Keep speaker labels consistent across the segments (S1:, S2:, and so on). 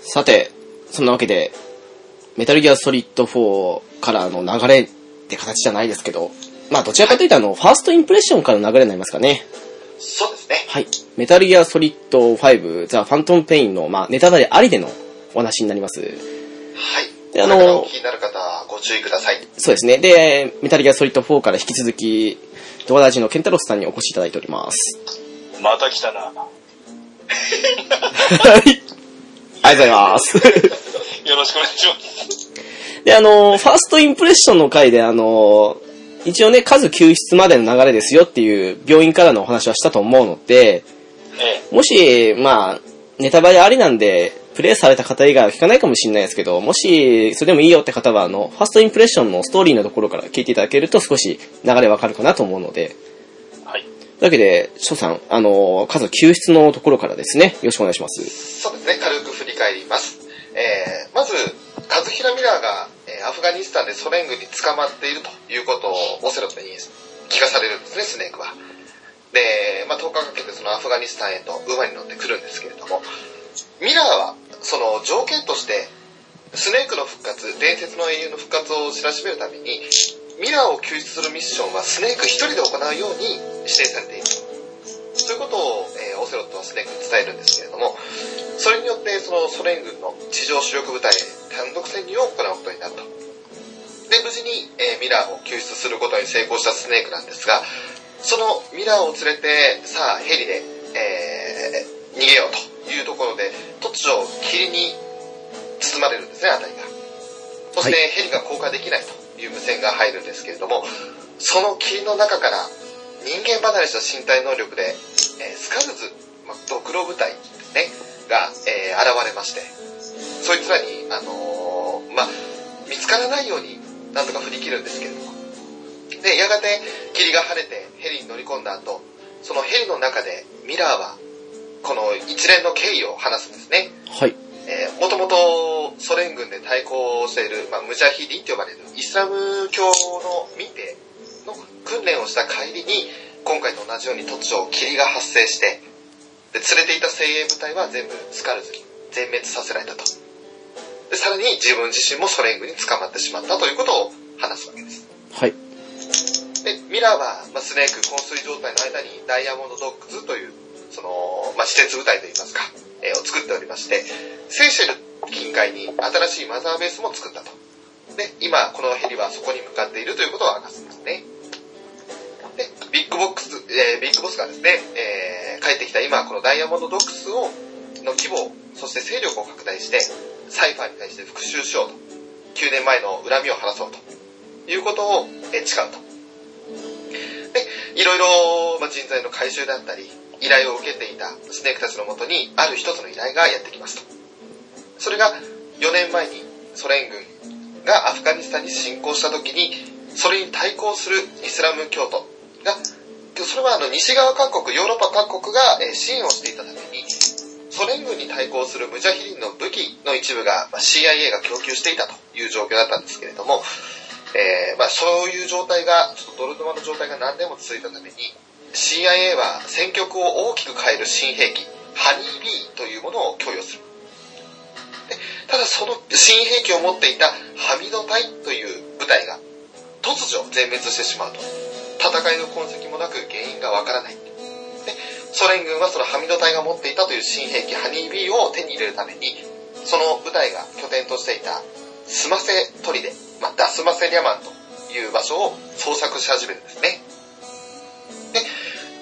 S1: さて、そんなわけで、メタルギアソリッド4からの流れって形じゃないですけど、まあどちらかというとあの、ファーストインプレッションからの流れになりますかね。
S2: そうですね。
S1: はい。メタルギアソリッド5、ザ・ファントム・ペインの、まあネタバレありでのお話になります。
S2: はい。
S1: であの
S2: これからお気になる方、ご注意ください。
S1: そうですね。で、メタルギアソリッド4から引き続き、ドアラジのケンタロスさんにお越しいただいており ます。
S3: また来たな。
S1: はい。ありがとうございます。
S3: よろしくお願いします。
S1: で、あの、ファーストインプレッションの回で、あの、一応ね、数救出までの流れですよっていう病院からのお話はしたと思うので、
S3: え
S1: もし、まあ、ネタバレありなんで、プレイされた方以外は聞かないかもしれないですけど、もし、それでもいいよって方は、あの、ファーストインプレッションのストーリーのところから聞いていただけると少し流れわかるかなと思うので、
S3: え。はい。
S1: というわけで、翔さん、あの、数救出のところからですね、よろしくお願いします。
S2: そうですね、軽く振り返ります。えー、まず、カズヒラミラーが、えーアフガニスタンでソ連軍に捕まっているということをオセロトに聞かされるんですね、スネークは。で、まあ、10日かけてそのアフガニスタンへと馬に乗ってくるんですけれども、ミラーは、その条件として、スネークの復活、伝説の英雄の復活を知らしめるために、ミラーを救出するミッションはスネーク一人で行うように指定されている。ということを、えーオセロットはスネークに伝えるんですけれども、それによってそのソ連軍の地上主力部隊へ単独潜入を行うことになった。で、無事に、えーミラーを救出することに成功したスネークなんですが、そのミラーを連れて、さあヘリで、えー逃げようというところで、突如霧に包まれるんですね、あたりが。そして、
S1: は
S2: ヘリが降下できないという無線が入るんですけれども、その霧の中から人間離れした身体能力で、えースカルズ、まあ、ドクロ部隊ですね、が、えー現れまして、そいつらに、あのーまあ、見つからないように、なんとか振り切るんですけれども。で、やがて、霧が晴れて、ヘリに乗り込んだ後、そのヘリの中で、ミラーは、この一連の経緯を話すんですね。
S1: はい。
S2: えー、もともとソ連軍で対抗している、まあ、ムジャヒディンと呼ばれるイスラム教の民兵の訓練をした帰りに、今回と同じように突如霧が発生して、で連れていた精鋭部隊は全部スカルズに全滅させられたと。で、さらに自分自身もソ連軍に捕まってしまったということを話すわけです。
S1: はい。
S2: で、ミラーは、まあ、スネーク昏睡状態の間にダイヤモンドドッグズという、その、まあ、施設部隊といいますか、えーを作っておりまして、セイシェル近海に新しいマザーベースも作ったと。で、今、このヘリはそこに向かっているということを明かすんですね。で、ビッグボックス、えービッグボスがですね、えー帰ってきた今、このダイヤモンドドッグスを、の規模を、そして勢力を拡大して、サイファーに対して復讐しようと。9年前の恨みを晴らそうと。いうことを、えー誓うと。で、いろいろ、まあ、人材の回収だったり、依頼を受けていたスネークたちのもとに、ある一つの依頼がやってきますと。それが、4年前にソ連軍がアフガニスタンに侵攻した時に、それに対抗するイスラム教徒が、それはあの西側各国、ヨーロッパ各国がえー支援をしていたために、ソ連軍に対抗するムジャヒリンの武器の一部がまあ CIA が供給していたという状況だったんですけれども、えーまあ、そういう状態が、ちょっとドルドマの状態が何年も続いたために、CIA は戦局を大きく変える新兵器、ハニービーというものを供与する。でただその新兵器を持っていたハミド隊という部隊が突如全滅してしまうと。戦いの痕跡もなく原因がわからない。でソ連軍はそのハミド隊が持っていたという新兵器ハニービーを手に入れるために、その部隊が拠点としていたスマセトリで、まあ、ダスマセリャマンという場所を捜索し始めるんですね。で、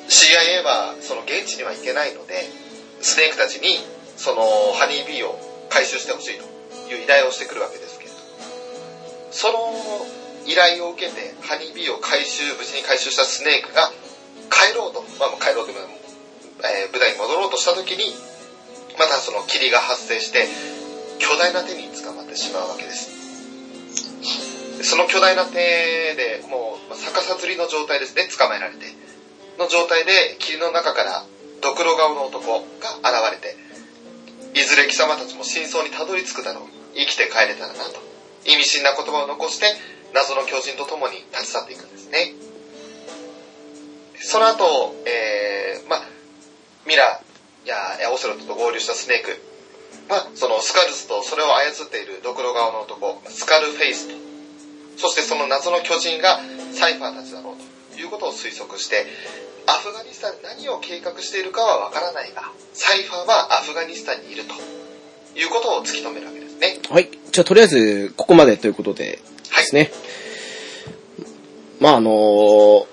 S2: CIA はその現地には行けないので、スネークたちにそのハニービーを回収してほしいという依頼をしてくるわけですけれど、その依頼を受けてハニービーを回収、無事に回収したスネークが帰ろうと、まあもう帰ろうというか、えー舞台に戻ろうとした時に、またその霧が発生して、巨大な手に捕まってしまうわけです。その巨大な手で、もうまあ逆さ吊りの状態ですね、捕まえられて。の状態で、霧の中から、ドクロ顔の男が現れて、いずれ貴様たちも真相にたどり着くだろう。生きて帰れたらなと。意味深な言葉を残して、謎の巨人と共に立ち去っていくんですね。その後、えー、まあ、ミラーやいやオセロットと合流したスネーク、まあ、そのスカルズとそれを操っているドクロ顔の男、スカルフェイスと、そしてその謎の巨人がサイファーたちだろうということを推測して、アフガニスタンで何を計画しているかはわからないが、サイファーはアフガニスタンにいるということを突き止めるわけですね。
S1: はい。じゃあ、とりあえず、ここまでということで
S2: は
S1: で
S2: い
S1: す。ね。まあ、あのー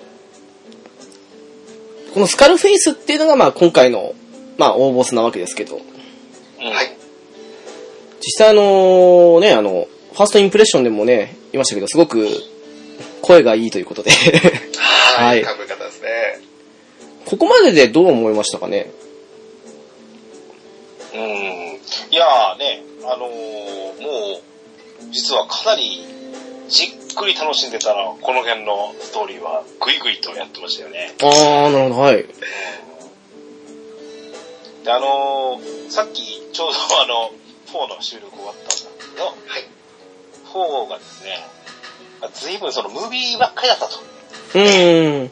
S1: このスカルフェイスっていうのが、まあ、今回の、まあ、大ボスなわけですけど、
S3: うん
S2: はい。
S1: 実際あのーね、あの、ファーストインプレッションでもね、言いましたけど、すごく、声がいいということで、 は
S2: はいい。かっこよかったですね。
S1: ここまででどう思いましたかね
S3: うん。いやーね、あのーもう、実はかなり、じっくり楽しんでたら、この辺のストーリーは、ぐいぐいとやってましたよね。
S1: あー、なるほど、はい。
S3: で、あのーさっき、ちょうどあの、4の収録終わったんだけど、
S2: はい。
S3: 4がですね、随分そのムービーばっかりだったと。
S1: うーん。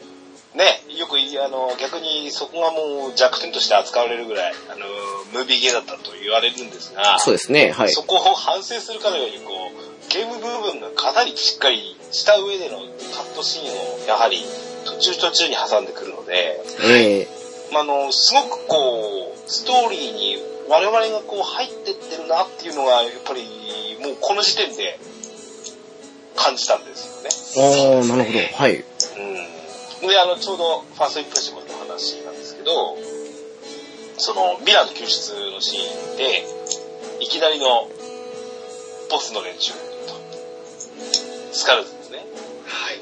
S3: ね、よくいあの逆にそこがもう弱点として扱われるぐらい、あの、ムービーゲーだったと言われるんですが、
S1: そうですね、はい。
S3: そこを反省するかのように、こう、ゲーム部分がかなりしっかりした上でのカットシーンを、やはり途中途中に挟んでくるので、
S1: ええ
S3: まあ、あの、すごくこう、ストーリーに我々がこう入ってってるなっていうのが、やっぱりもうこの時点で感じたんですよね。
S1: あー、なるほど、はい。
S3: うん。で、あの、ちょうど、ファーストインプレッションの話なんですけど、その、ミラーの救出のシーンで、いきなりの、ボスの連中と、スカルズですね。
S2: はい。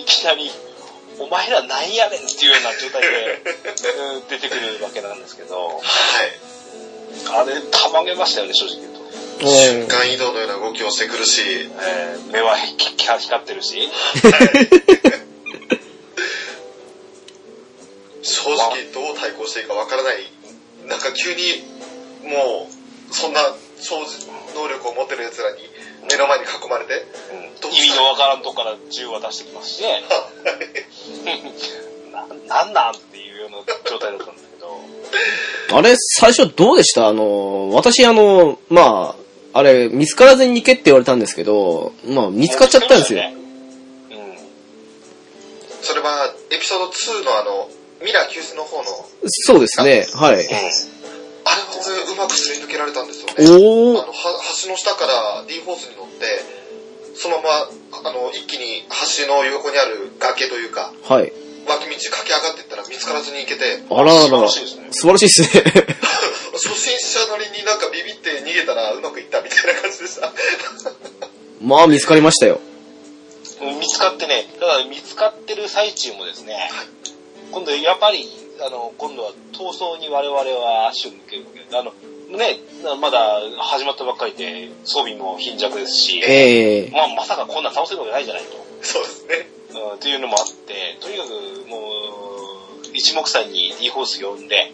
S3: うん。いきなり、お前らなんやねんっていうような状態で、うん出てくるわけなんですけど、
S2: はい。
S3: あれ、たまげましたよね、正直言うと。
S1: うん
S2: 間移動のような動きをしてくるし、
S3: えー目はひきき光ってるし、
S2: 正直どう対抗していいかわからない、なんか急に、もう、そんな超能力を持ってる奴らに目の前に囲まれて、
S3: うん意味のわからんとこから銃は出してきますしね。 ななんなんっていうような状態だったんだけど、
S1: あれ、最初どうでしたあの、私、あの、まあ、あれ、見つからずに行けって言われたんですけど、まあ、見つかっちゃったんですよ。
S3: ねうん
S2: それはエピソード2のあの、ミラー救出の方の、
S1: そうですね、はい。
S2: あれは俺うまくすり抜けられたんですよね。あ
S1: お
S2: の、
S1: ー
S2: は、橋の下から D ホースに乗って、そのまま、あの、一気に橋の横にある崖というか、
S1: はい。
S2: 脇道駆け上がっていったら見つからずに行けて、
S1: あらあ
S3: 素晴
S1: ら
S3: らしいですね。
S1: 素晴らしいですね。
S2: 初心者なりになんかビビって逃げたらうまくいったみたいな感じでした。
S1: まあ、見つかりましたよ。
S3: うん見つかってね、ただ見つかってる最中もですね、今度やっぱり、あの、今度は逃走に我々は足を向けるわけで、あの、ね、まだ始まったばっかりで装備も貧弱ですし、
S1: ええ
S3: まあ、まさかこんなん倒せるわけないじゃないと。
S2: そうですね。
S3: うんっていうのもあって、とにかくもう、一目散に D ホース呼んで、
S2: はい。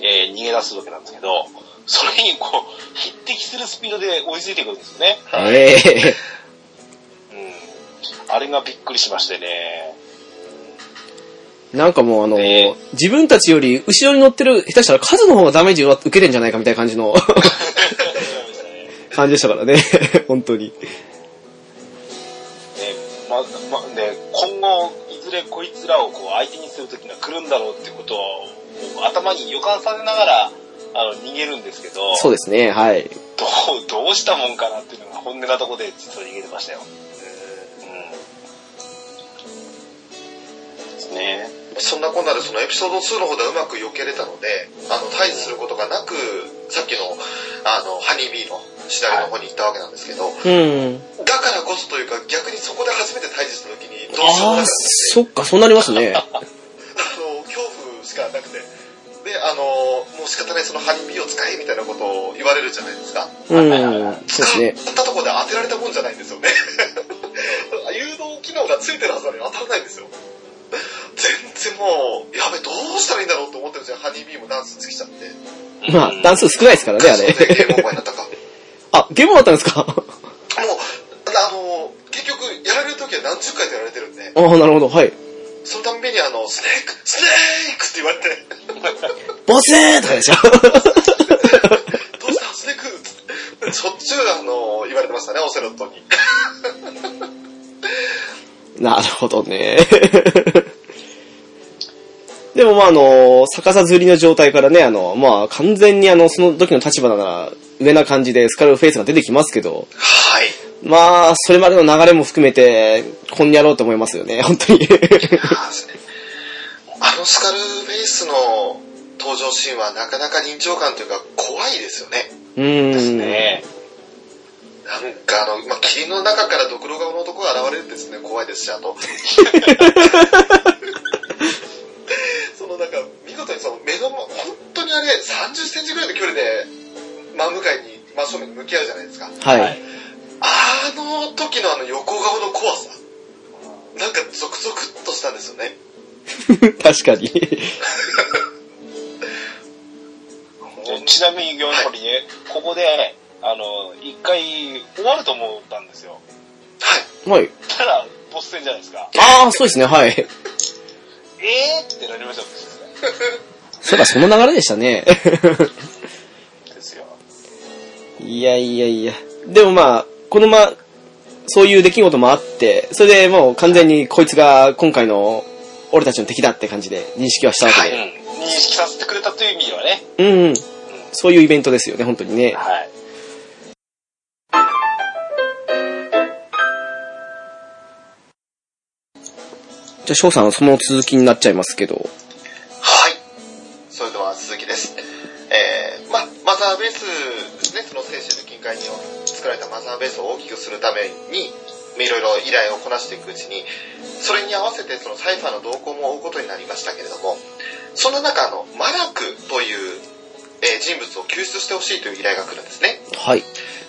S3: えー逃げ出すわけなんですけど、それにこう、匹敵するスピードで追いついてくるんですよね。
S1: ええ
S3: うん。あれがびっくりしましてね。
S1: なんかもうあの、
S3: ええ
S1: 自分たちより後ろに乗ってる、下手したら数の方がダメージを受けてんじゃないかみたいな感じの 感じでしたからね。 本当に。
S3: ねままね、今後、いずれこいつらをこう相手にする時が来るんだろうってことをこう頭に予感させながらあの逃げるんですけど
S1: そうですね、はい。
S3: どう、どうしたもんかなっていうのが本音なとこで実は逃げてましたよ。うん。ですね。
S2: そんなこんなでそのエピソード2の方ではうまく避けれたので、あの、退治することがなく、さっきの、あの、ハニービーのシナリオの方に行ったわけなんですけど、
S1: うん。
S2: だからこそというか逆にそこで初めて退治した時にどうしよ
S1: あ
S2: うもな
S1: あ、
S2: く
S1: そっか、そうなりますね。
S2: あの、恐怖しかなくて。で、あの、もう仕方ないそのハニービーを使えみたいなことを言われるじゃないです
S1: う
S2: か。
S1: ん。そうですね。
S2: 使ったところで当てられたもんじゃないんですよね。 誘導機能がついてるはずなのに当たらないんですよ。全然もう、やべ、どうしたらいいんだろうと思ってるじゃん。ハニービーもダンスつきちゃって。
S1: まあ、段数少ないですからね、あ
S2: そうで
S1: れ。
S2: ゲームオーバーになったか。もう、
S1: あ、ゲームだったんですか
S2: あの、結局、やられる時は何十回とやられてるんで、
S1: ああ、なるほど、はい。
S2: そのたんびにあの、スネーク、スネークって言われて、
S1: ボスーとかでしょ
S2: したね、オセロットに。
S1: なるほどね。 でもまああの、逆さずりの状態からね、あの、まあ完全にあの、その時の立場なら上な感じでスカルフェイスが出てきますけど、
S2: はい。
S1: まあ、それまでの流れも含めて、こんにゃろうと思いますよね、本当に。
S2: あのスカルフェイスの登場シーンはなかなか臨場感というか怖いですよね。
S1: うーん。
S3: ね
S2: なんかあの、まあ、霧の中からドクロ顔の男が現れるんですね、怖いですし、あと。 そのなんか、見事にその目の、本当にあれ、30センチぐらいの距離で真向かいに、真正面に向き合うじゃないですか。
S1: はい。
S3: はい
S2: あの時のあの横顔の怖さ。なんかゾクゾクっとしたんですよね。
S1: 確かに。
S3: でちなみに、やっぱりね、ここで、あの、一回終わると思ったんですよ。
S2: はい。
S1: はい。
S3: たら、ボス戦じゃないですか。
S1: ああ、そうですね、はい。
S3: えーってなりました
S1: そうだ、その流れでしたね。
S3: もんですよ。
S1: いやいやいや。でもまあ、このま、そういう出来事もあって、それでもう完全にこいつが今回の俺たちの敵だって感じで認識はしたわ
S3: う
S1: け
S3: ん。
S1: で。
S3: 認識させてくれたという意味ではね。
S1: うん、うん。そういうイベントですよね、本当にね。
S3: はい。
S1: じゃあ、翔さんはその続きになっちゃいますけど。
S2: はい。それでは続きです。えー、ま、マザーベースですね、その精神の近海に作られたマザーベースを大きくするために、まいろいろ依頼をこなしていくうちに、それに合わせてそのサイファーの動向も追うことになりましたけれども、その中あのマラクという、えー人物を救出してほしいという依頼が来るんですね。
S1: はい。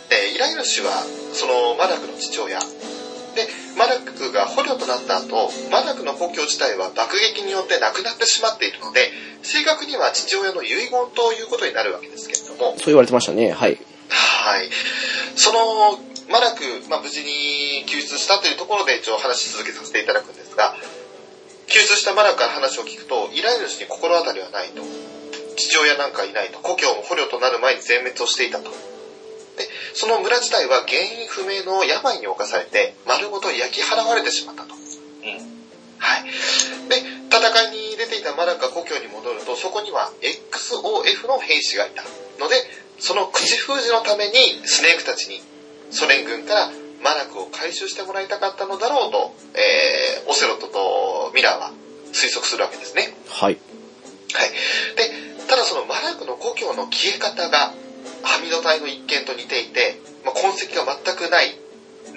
S2: で依頼主はそのマラクの父親でマラクが捕虜となった後マラクの故郷自体は爆撃によってなくなってしまっているので正確には父親の遺言ということになるわけですけれども
S1: そう言われてましたね、はい。
S2: はいそのマラク、まあ、無事に救出したというところで一応話し続けさせていただくんですが救出したマラクから話を聞くと依頼主に心当たりはないと父親なんかいないと故郷も捕虜となる前に全滅をしていたとでその村自体は原因不明の病に侵されて丸ごと焼き払われてしまったと
S3: うん。
S2: はい。で、戦いに出ていたマラカ故郷に戻ると、そこには XOF の兵士がいた。ので、その口封じのためにスネークたちにソ連軍からマラクを回収してもらいたかったのだろうと、えー、オセロットとミラーは推測するわけですね。
S1: はい。
S2: はい。で、ただそのマラクの故郷の消え方が、ハミド隊の一見と似ていて、まあ、痕跡が全くない、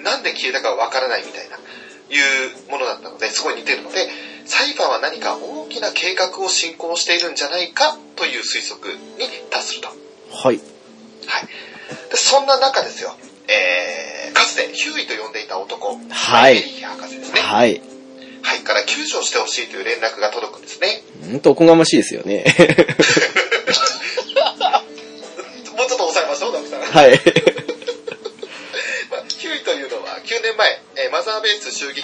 S2: なんで消えたかわからないみたいな、いうものだったので、すごい似てるので、サイファーは何か大きな計画を進行しているんじゃないかという推測に達すると。はい。
S1: はい。
S2: で、そんな中ですよ、えー、かつてヒューイと呼んでいた男、
S1: はい
S2: エリヒ博士ですね。は
S1: はい。
S2: い、から救助してほしいという連絡が届くんですね。
S1: ほんとおこがましいですよね。
S2: もうちょっと抑えましょう、ダクさん。
S1: はい。
S2: まあ、キュウイというのは9年前、えーマザーベース襲撃事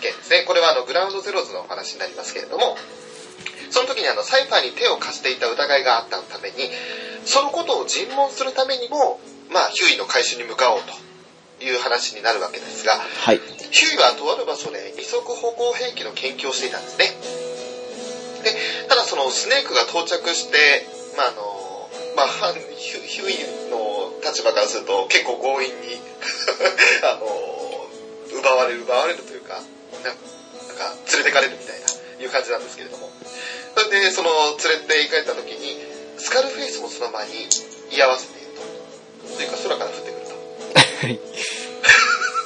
S2: 件ですね。これはあのグラウンドゼロズのお話になりますけれども、その時にあのサイファーに手を貸していた疑いがあったために、そのことを尋問するためにも、まあ、ヒューイの回収に向かおうという話になるわけですが、
S1: はい。
S2: ヒューイはとある場所で二足歩行兵器の研究をしていたんですね。で、ただそのスネークが到着して、まああの、まあ、反ヒュヒューイの立場からすると結構強引に、 あの、奪われる奪われるというか、ななんか連れてかれるみたいな、いう感じなんですけれども。それで、その連れて行かれた時に、スカルフェイスもその前に居合わせていると。というか空から降ってくると。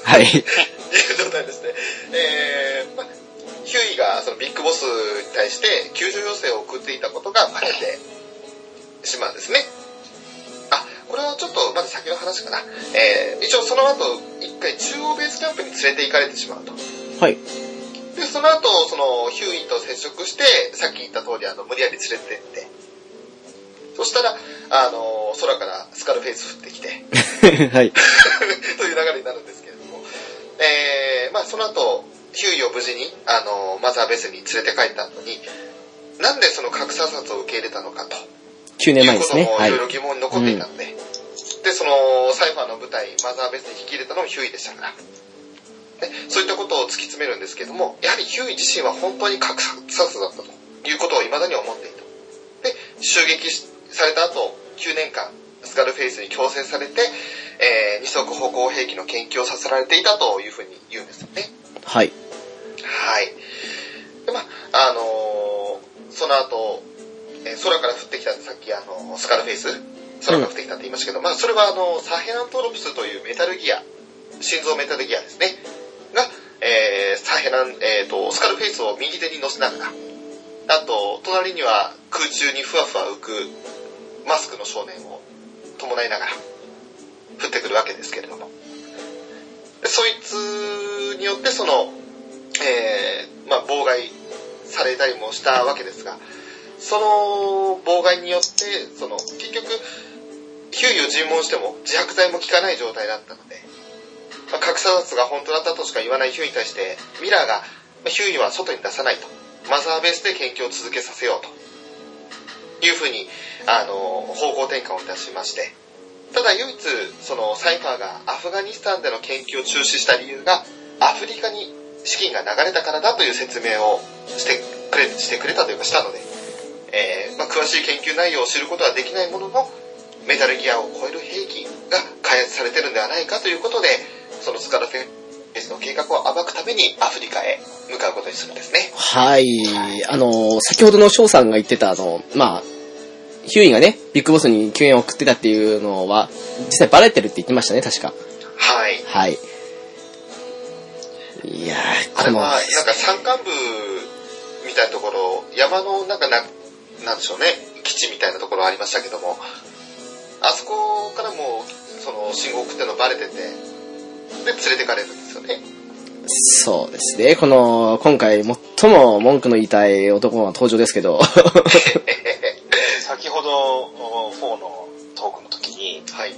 S1: はい。
S2: いう状態ですね。えーまあ、ヒューイがそのビッグボスに対して救助要請を送っていたことがバレてしまうんですね。あ、これはちょっとまだ先の話かな。えー一応その後、一回中央ベースキャンプに連れて行かれてしまうと。
S1: はい。
S2: で、その後、その、ヒューイと接触して、さっき言った通り、あの、無理やり連れてって。そしたら、あの、空からスカルフェイス降ってきて、
S1: はい。
S2: という流れになるんですけれども、えー、まあその後、ヒューイを無事に、あの、マザーベースに連れて帰った後に、なんでその格差殺を受け入れたのかと、
S1: 9年
S2: い
S1: 前で
S2: うこ
S1: す
S2: と
S1: ね。
S2: も
S1: はいい
S2: ろい。ろ疑問に残っていたので、で、その、サイファーの舞台、マザーベースに引き入れたのもヒューイでしたから。ね、そういったことを突き詰めるんですけども、やはりヒューイ自身は本当に格差差だったということを未だに思っていると。で、襲撃しされた後、9年間、スカルフェイスに強制されて、えー二足歩行兵器の研究をさせられていたというふうに言うんですよね。
S1: はい。
S2: はい。で、まあ、あのーその後、えー空から降ってきた、さっきあのースカルフェイス、空から降ってきたって言いましたけど、まあ、それはあのーサヘラントロプスというメタルギア、心臓メタルギアですね、が、えーサヘラン、えーと、スカルフェイスを右手に乗せながら、あと、隣には空中にふわふわ浮くマスクの少年を伴いながら、降ってくるわけですけれども。でそいつによって、その、えーまあ、妨害されたりもしたわけですが、その妨害によって、その、結局、給与を尋問しても自白剤も効かない状態だったので、まあ、格差殺が本当だったとしか言わないヒューイに対して、ミラーが、まあヒューイは外に出さないと。マザーベースで研究を続けさせようと。いうふうに、あの、方向転換をいたしまして。ただ唯一、その、サイファーがアフガニスタンでの研究を中止した理由が、アフリカに資金が流れたからだという説明をしてくれしてくれたというかしたので、えーまあ、詳しい研究内容を知ることはできないもののメタルギアを超える兵器が開発されてるんではないかということでそのスカラフェイスの計画を暴くためにアフリカへ向かうことにするんですね
S1: はい。あの、先ほどの翔さんが言ってた、あの、まあ、ヒューイがね、ビッグボスに救援を送ってたっていうのは、実際バレてるって言ってましたね、確か。
S2: はい
S1: はい。いやー、
S2: あ
S1: こ
S2: れ
S1: の、
S2: は
S1: は
S2: なんか山間部みたいなところ山のなんかななんでしょうね基地みたいなところありましたけどもあそこからもうその信号送ってんのバレててで連れてかれるんですよね
S1: そうですね、この、今回最も文句の言いたい男が登場ですけど、
S3: 先ほど、4のトークの時に、
S2: はい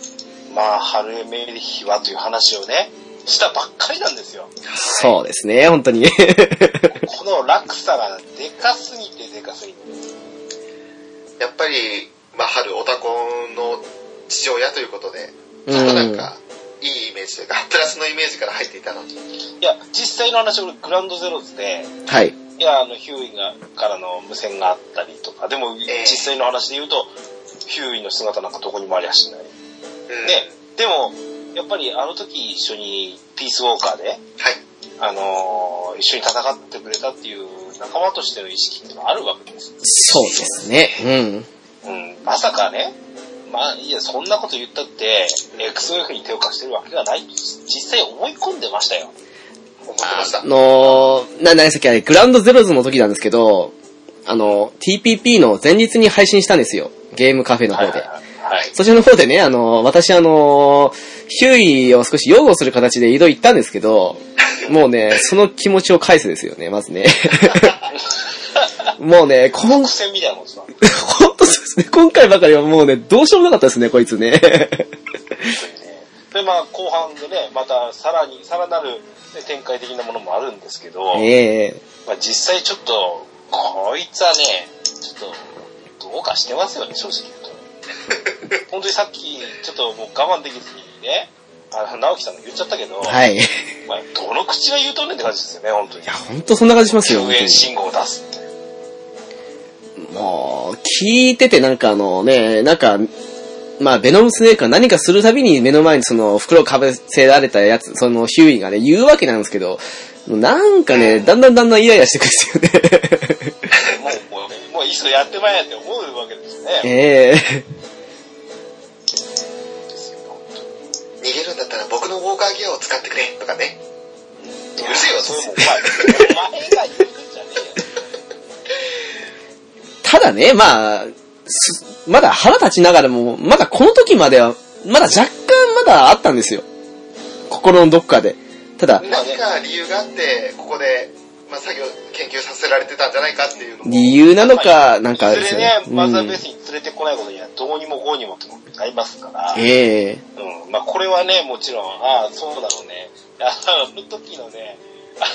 S3: まあ、春江メリヒはという話をね、したばっかりなんですよ。
S1: そうですね、本当に。
S3: この落差がでかすぎてでかすぎて。
S2: やっぱり、まあ、春オタコンの父親ということで
S1: う
S2: ちょっとなん
S1: ん。
S2: かいいイメージというか プラスのイメージから入っていたのに
S3: いや、実際の話、俺、グランドゼロズで、
S1: はい。
S3: いや、あの、ヒューイが、からの無線があったりとか、でも、
S2: ええ
S3: 実際の話で言うと、ヒューイの姿なんかどこにもありゃしない。ね。
S2: うん
S3: でも、やっぱりあの時一緒に、ピースウォーカーで、
S2: はい
S3: あのー一緒に戦ってくれたっていう仲間としての意識っていうのはあるわけです。
S1: そうですね、
S3: うん。まさかね、まあ、いや、そんなこと言ったって、XOF に手を貸してるわけがないと、実際思い込んでましたよ。
S2: 思ってました
S1: うん。の、な、何でしたっけ、あれグランドゼロズの時なんですけど、あの、TPP の前日に配信したんですよ。ゲームカフェの方
S3: はい
S1: で。
S3: はいはい。はい
S1: そちらの方でね、あの、私あの、ヒューイを少し擁護する形で移動行ったんですけど、もうね、その気持ちを返すですよね、まず ね。もうね、 今
S3: 伏線みたいなもんですわ。
S1: 本当そうですね。今回ばかりはもうね、どうしようもなかったですね、こいつね。
S3: で、まあ、後半でね、またさらに、さらなるね展開的なものもあるんですけど、
S1: ええ
S3: まあ、実際ちょっと、こいつはね、ちょっと、どうかしてますよね、正直言う と。本当にさっき、ちょっともう我慢できずにね、あの、直樹さんが言っちゃったけど、
S1: はい。い
S3: まあ、どの口が言うとんねんって感じですよね、本当に
S1: や、。本当そんな感じしますよ、本当
S3: 救援
S1: に。
S3: 信号を出すって。
S1: もう、聞いててなんかあのね、なんか、まあ、ベノムスネークは何かするたびに目の前にその袋をかぶせられたやつ、そのヒューイがね、言うわけなんですけど、なんかね、だんだんだんだんイライラしてくるんですよね。
S3: もう、もう、もういっそやってまえやって思うわけですよね。
S1: ええ
S2: 逃げるんだったら僕のウォーカーギアを使ってくれとかね
S3: う
S2: るせえよ
S3: そ れもうお前、お前が言うんじゃねえよ。
S1: ただね、まあ、すまだ腹立ちながらも、まだこの時までは、まだ若干まだあったんですよ。心のどっかで。ただ、
S2: 何か理由があってここで、まあ、作業研究させられてたんじゃないかっていうのも
S1: 理由なのか、なんか
S3: そ
S1: で
S3: れ
S1: す
S3: で
S1: よ
S3: ね
S1: ね。、
S3: マザー
S1: う
S3: ベー
S1: ん
S3: スに連れてこないことにはどうにもこうにもってことになりますから、
S1: ええ
S3: うん、まあこれはね、もちろん、ああ、そうだろうね。あの時のね、 あ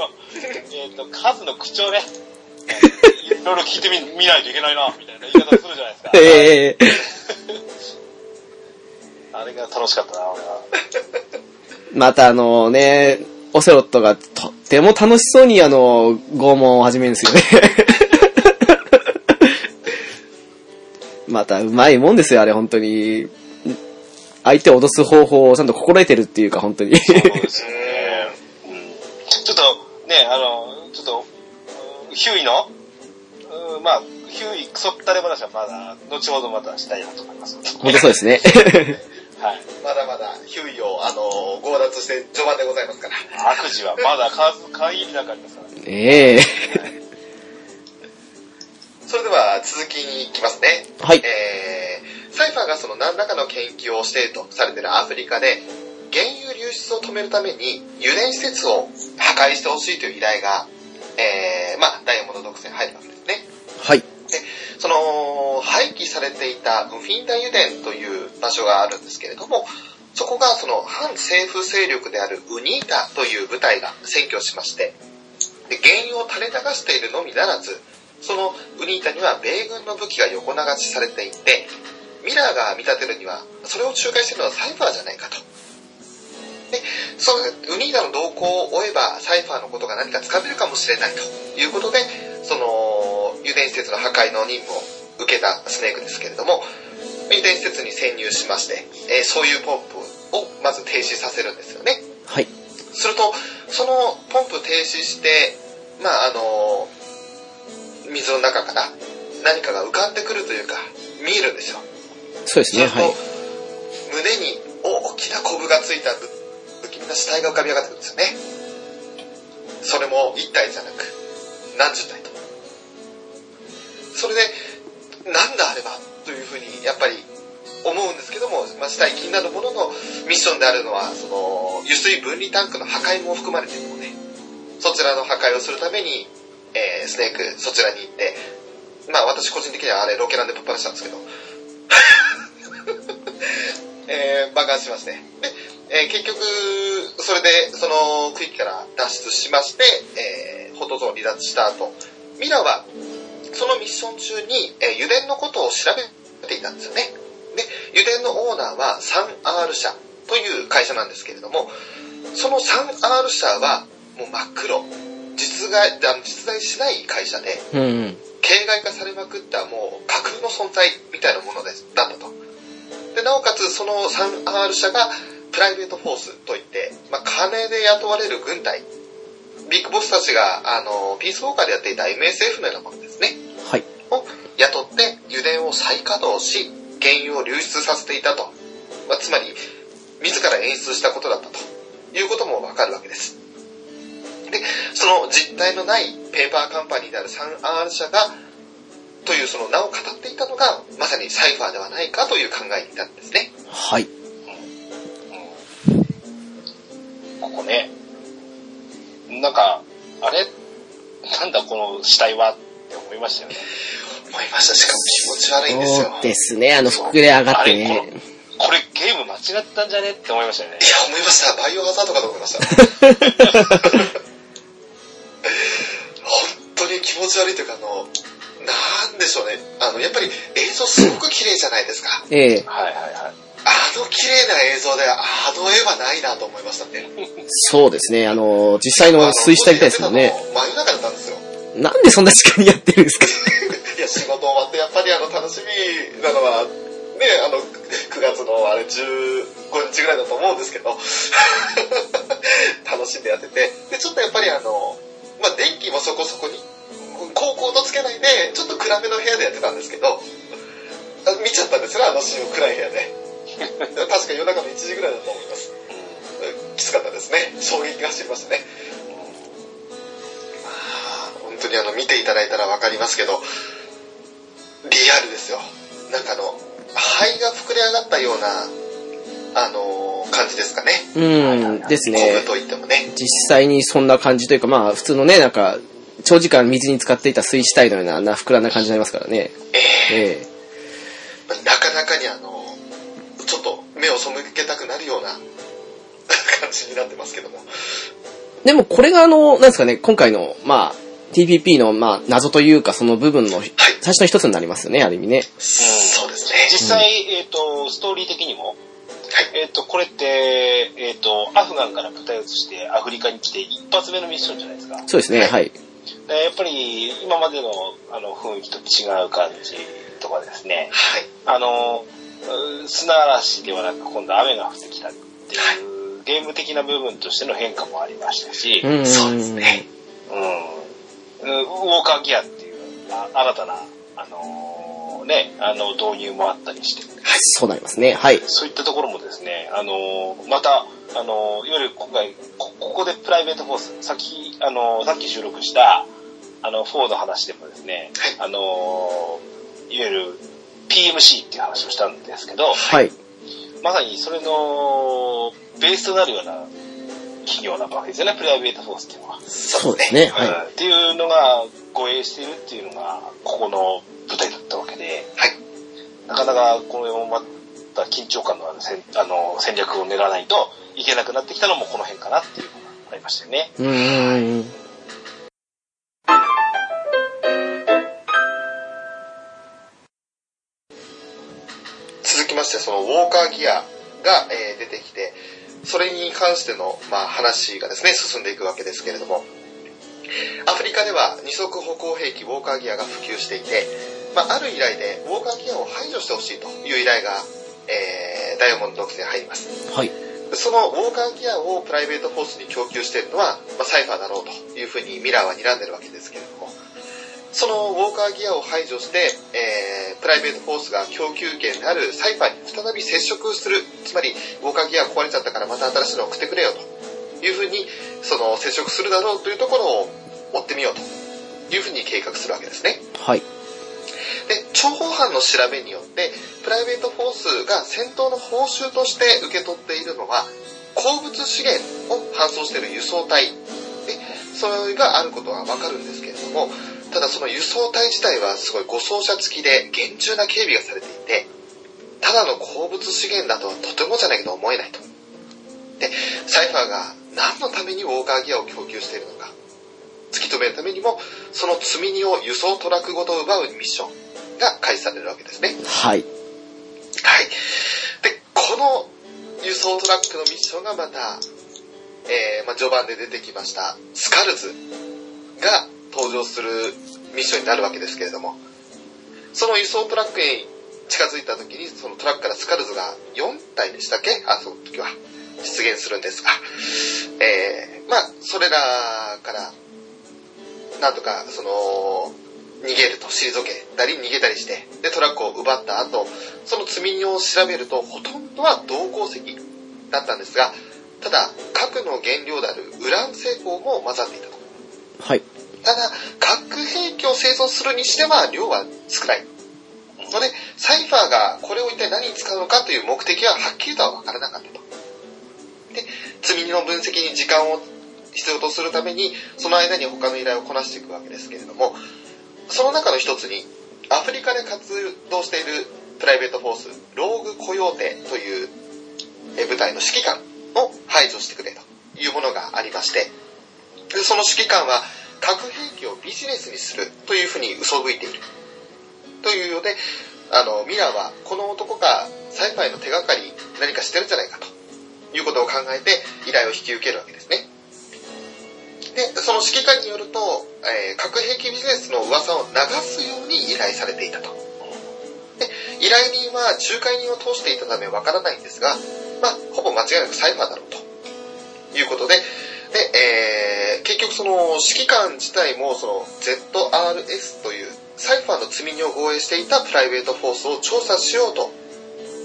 S3: の、えっ、と、カズの口調ね、いろいろ聞いてみ見ないといけないな、みたいな言い方するじゃないですか。
S1: ええ
S3: ああれが楽しかったな、俺は。
S1: またあのね、オセロットがとっても楽しそうにあの、拷問を始めるんですよね。 またうまいもんですよ、あれ本当に。相手を脅す方法をちゃんと心得てるっていうか、本 当に。
S3: そうですよね。うん、ちょっと、ね、あの、ちょっと、うんヒューイの、うんまあ、ヒューイクソったれ話はまだ、後ほどまたしたいなと思います。
S1: 本当そう ですね。
S3: はい。
S2: まだまだヒューイを、あの強奪して序盤でございますから。
S3: 悪事はまだ数、限りなくありますからね。
S1: ええ
S2: それでは続きに行きますね。
S1: はい。
S2: えー、サイファーがその何らかの研究をしているとされているアフリカで、原油流出を止めるために油田施設を破壊してほしいという依頼が、えー、まあ、ダイヤモンド独占入るわけですね。
S1: はい。
S2: その、廃棄されていたフィンダ油田という場所があるんですけれども、そこがその反政府勢力であるウニータという部隊が占拠しまして、で原油を垂れ流しているのみならず、そのウニータには米軍の武器が横流しされていて、ミラーが見立てるには、それを仲介しているのはサイファーじゃないかと。で、そのウニータの動向を追えば、サイファーのことが何かつかめるかもしれないということで、その油田施設の破壊の任務を受けたスネークですけれども油田施設に潜入しまして、えーそういうポンプをまず停止させるんですよね
S1: はい。
S2: するとそのポンプ停止してまああの水の中から何かが浮かんでくるというか見えるんですよ
S1: そうです
S2: そう
S1: ね、
S2: する
S1: は
S2: と、
S1: い。
S2: 胸に大きなコブがついた時みんな死体が浮かび上がってくるんですよねそれも1体じゃなく何十体とそれでなんだあれはというふうにやっぱり思うんですけども、まあ、死体気になるもののミッションであるのはその油水分離タンクの破壊も含まれているのでそちらの破壊をするために、えースネークそちらに行ってまあ私個人的にはあれロケランでぶっ放したんですけどえー爆発しまして。で、えー結局、それで、その区域から脱出しまして、えー、ホットゾーン離脱した後、ミラは、そのミッション中に、えー油田のことを調べていたんですよね。で、油田のオーナーは 3R 社という会社なんですけれども、その 3R 社は、もう真っ黒。実在、あの実在しない会社で、
S1: うんうん。
S2: 形骸化されまくったもう架空の存在みたいなものですだったとでなおかつその 3R 社がプライベートフォースといって、まあ、金で雇われる軍隊ビッグボスたちがあのピースウォーカーでやっていた MSF のようなものですね
S1: はい。
S2: を雇って油田を再稼働し原油を流出させていたと、まあ、つまり自ら演出したことだったということもわかるわけですでその実体のないペーパーカンパニーである 3R 社がというその名を語っていたのがまさにサイファーではないかという考えになるんですね
S1: はい。
S3: ここね、なんか、あれなんだこの死体はって思いましたよね。
S2: 思いましたしかも気持ち悪いんですよいや
S1: そうですね、あの、膨れ上がって
S3: あれ
S1: ね。
S3: これゲーム間違ったんじゃねって思いましたよね。
S2: 思いましたバイオハザードかと思いました本当に気持ち悪いというかあのなんでしょうねあのやっぱり映像すごく綺麗じゃないですか
S1: ええ
S3: はいはいはい。
S2: あの綺麗な映像で、あの絵はないなと思いましたね。
S1: そうですね、あの、実際の水死体みたいですもんね。
S2: あの。真夜中だったんですよ。
S1: なんでそんな時間にやってるんですか
S2: いや、仕事終わって、やっぱりあの、楽しみなのは、ね、あの、9月のあれ、15日ぐらいだと思うんですけど、 楽しんでやってて、で、ちょっとやっぱりあの、まあ、電気もそこそこに、高校とつけないで、ちょっと暗めの部屋でやってたんですけど、あ見ちゃったんですよね、あのシーンを暗い部屋で。確か夜中の1時ぐらいだと思います。きつかったですね衝撃が走りましたねまあ本当にあの見ていただいたら分かりますけどリアルですよなんかあの肺が膨れ上がったようなあの感じですかね
S1: うん、です
S2: コ
S1: ね
S2: ブ。といってもね
S1: 実際にそんな感じというか、まあ、普通のね、なんか、長時間水に浸かっていた水死体のような、あんな膨らんだ感じになりますからね。ええ
S2: なかなかにあのちょっと目を背けたくなるような 感じになってますけども
S1: でも、これがあの、なんですかね、今回の、まあ、TPP の、まあ、謎というか、その部分の、最初の一つになりますよね、ある意味ね。
S2: そうですね
S3: 実際、えっ、と、ストーリー的にも、えっ、と、これって、えっ、と、アフガンから舞台移してアフリカに来て一発目のミッションじゃないですか。
S1: そうですね、はい。
S3: でやっぱり今までのあの雰囲気と違う感じとかですね。
S2: はい。
S3: あの、うー砂嵐ではなく今度雨が降ってきたっていうゲーム的な部分としての変化もありましたし、うん。うん
S1: ん
S2: そうですね。
S3: ウォーカーギアっていうあ新たな、あのーね、あの導入もあったりして、
S1: そうなりますね、はい。
S3: そういったところもですね、あのーまた、あのーいわゆる今回、こここでプライベートフォース、さっき、あのーさっき収録した、あの、フォーの話でもですね、あのーいわゆる PMC っていう話をしたんですけど、
S1: はい。
S3: まさにそれのベースとなるような企業なわけですよね、プライベートフォースっていうのは。
S1: そうですね、はい。
S3: うんっていうのが、護衛しているっていうのが、ここの舞台だったわけで、
S2: はい。
S3: なかなかこのまた緊張感のある戦あの戦略を練らないといけなくなってきたのもこの辺かなっていうのがありましたよね。
S1: うーん。
S2: 続きまして、そのウォーカーギアが、えー出てきて、それに関しての、まあ、話がですね、進んでいくわけですけれども、アフリカでは二足歩行兵器ウォーカーギアが普及していて、まあ、ある依頼でウォーカーギアを排除してほしいという依頼が、えーダイヤモンド独占入ります。
S1: はい。
S2: そのウォーカーギアをプライベートフォースに供給しているのは、まあ、サイファーだろうというふうにミラーは睨んでるわけですけれども、そのウォーカーギアを排除して、えープライベートフォースが供給源であるサイファーに再び接触する、つまりウォーカーギア壊れちゃったからまた新しいの送ってくれよというふうに、その接触するだろうというところを追ってみようというふうに計画するわけですね。
S1: はい。
S2: で、諜報班の調べによって、プライベートフォースが戦闘の報酬として受け取っているのは、鉱物資源を搬送している輸送隊。で、それがあることはわかるんですけれども、ただその輸送隊自体はすごい護送車付きで厳重な警備がされていて、ただの鉱物資源だとはとてもじゃないけど思えないと。で、サイファーが何のためにウォーカーギアを供給しているのか、突き止めるためにも、その積み荷を輸送トラックごと奪うミッション、が開始されるわけですね。はい。
S1: はい。
S2: で、この輸送トラックのミッションがまた、えーまあ、序盤で出てきました、スカルズが登場するミッションになるわけですけれども、その輸送トラックに近づいた時に、そのトラックからスカルズが4体でしたっけあ、その時は。出現するんですが、えーまあ、それらから、なんとか、その、逃げると退けたり逃げたりしてでトラックを奪った後その積み荷を調べるとほとんどは銅鉱石だったんですがただ核の原料であるウラン製鋼も混ざっていたと
S1: はい。
S2: ただ核兵器を製造するにしては量は少ないのでサイファーがこれを一体何に使うのかという目的ははっきりとは分からなかったとで積み荷の分析に時間を必要とするためにその間に他の依頼をこなしていくわけですけれどもその中の一つに、アフリカで活動しているプライベートフォース、ローグコヨーテというえー部隊の指揮官を排除してくれというものがありまして、でその指揮官は核兵器をビジネスにするというふうに嘘吹いている。というので、あの、ミラーはこの男がサイファイの手がかり何かしてるんじゃないかということを考えて依頼を引き受けるわけですね。で、その指揮官によると、えー核兵器ビジネスの噂を流すように依頼されていたと。で、依頼人は仲介人を通していたためわからないんですが、まあ、ほぼ間違いなくサイファーだろうということで、で、えー結局その指揮官自体もその ZRS というサイファーの積み荷を護衛していたプライベートフォースを調査しようと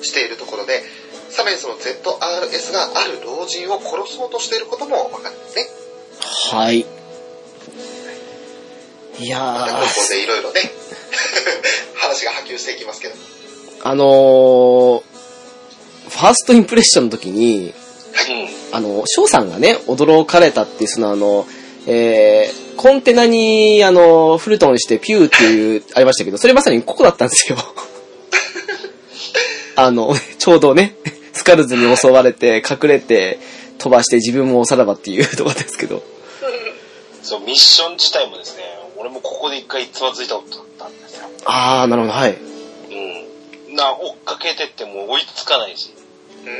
S2: しているところで、さらにその ZRS がある老人を殺そうとしていることもわかるんですね。
S1: はい。いや
S2: 高校
S1: ー、
S2: でいろいろね、 話が波及していきますけど。は
S1: あのー、ファーストインプレッションの時に、あの、翔さんがね、驚かれたっていう、そのあの、えー、コンテナに、あの、フルトンしてピューっていう、ありましたけど、それまさにここだったんですよ。 あの、ちょうどね、スカルズに襲われて、隠れて、飛ばして自分もおさらばっていうとこですけど。
S3: そう、ミッション自体もですね、俺もここで一回つまずいたことあったんですよ。
S1: あー、なるほど、はい。
S3: うん。な、追っかけてっても追いつかないし、
S2: うん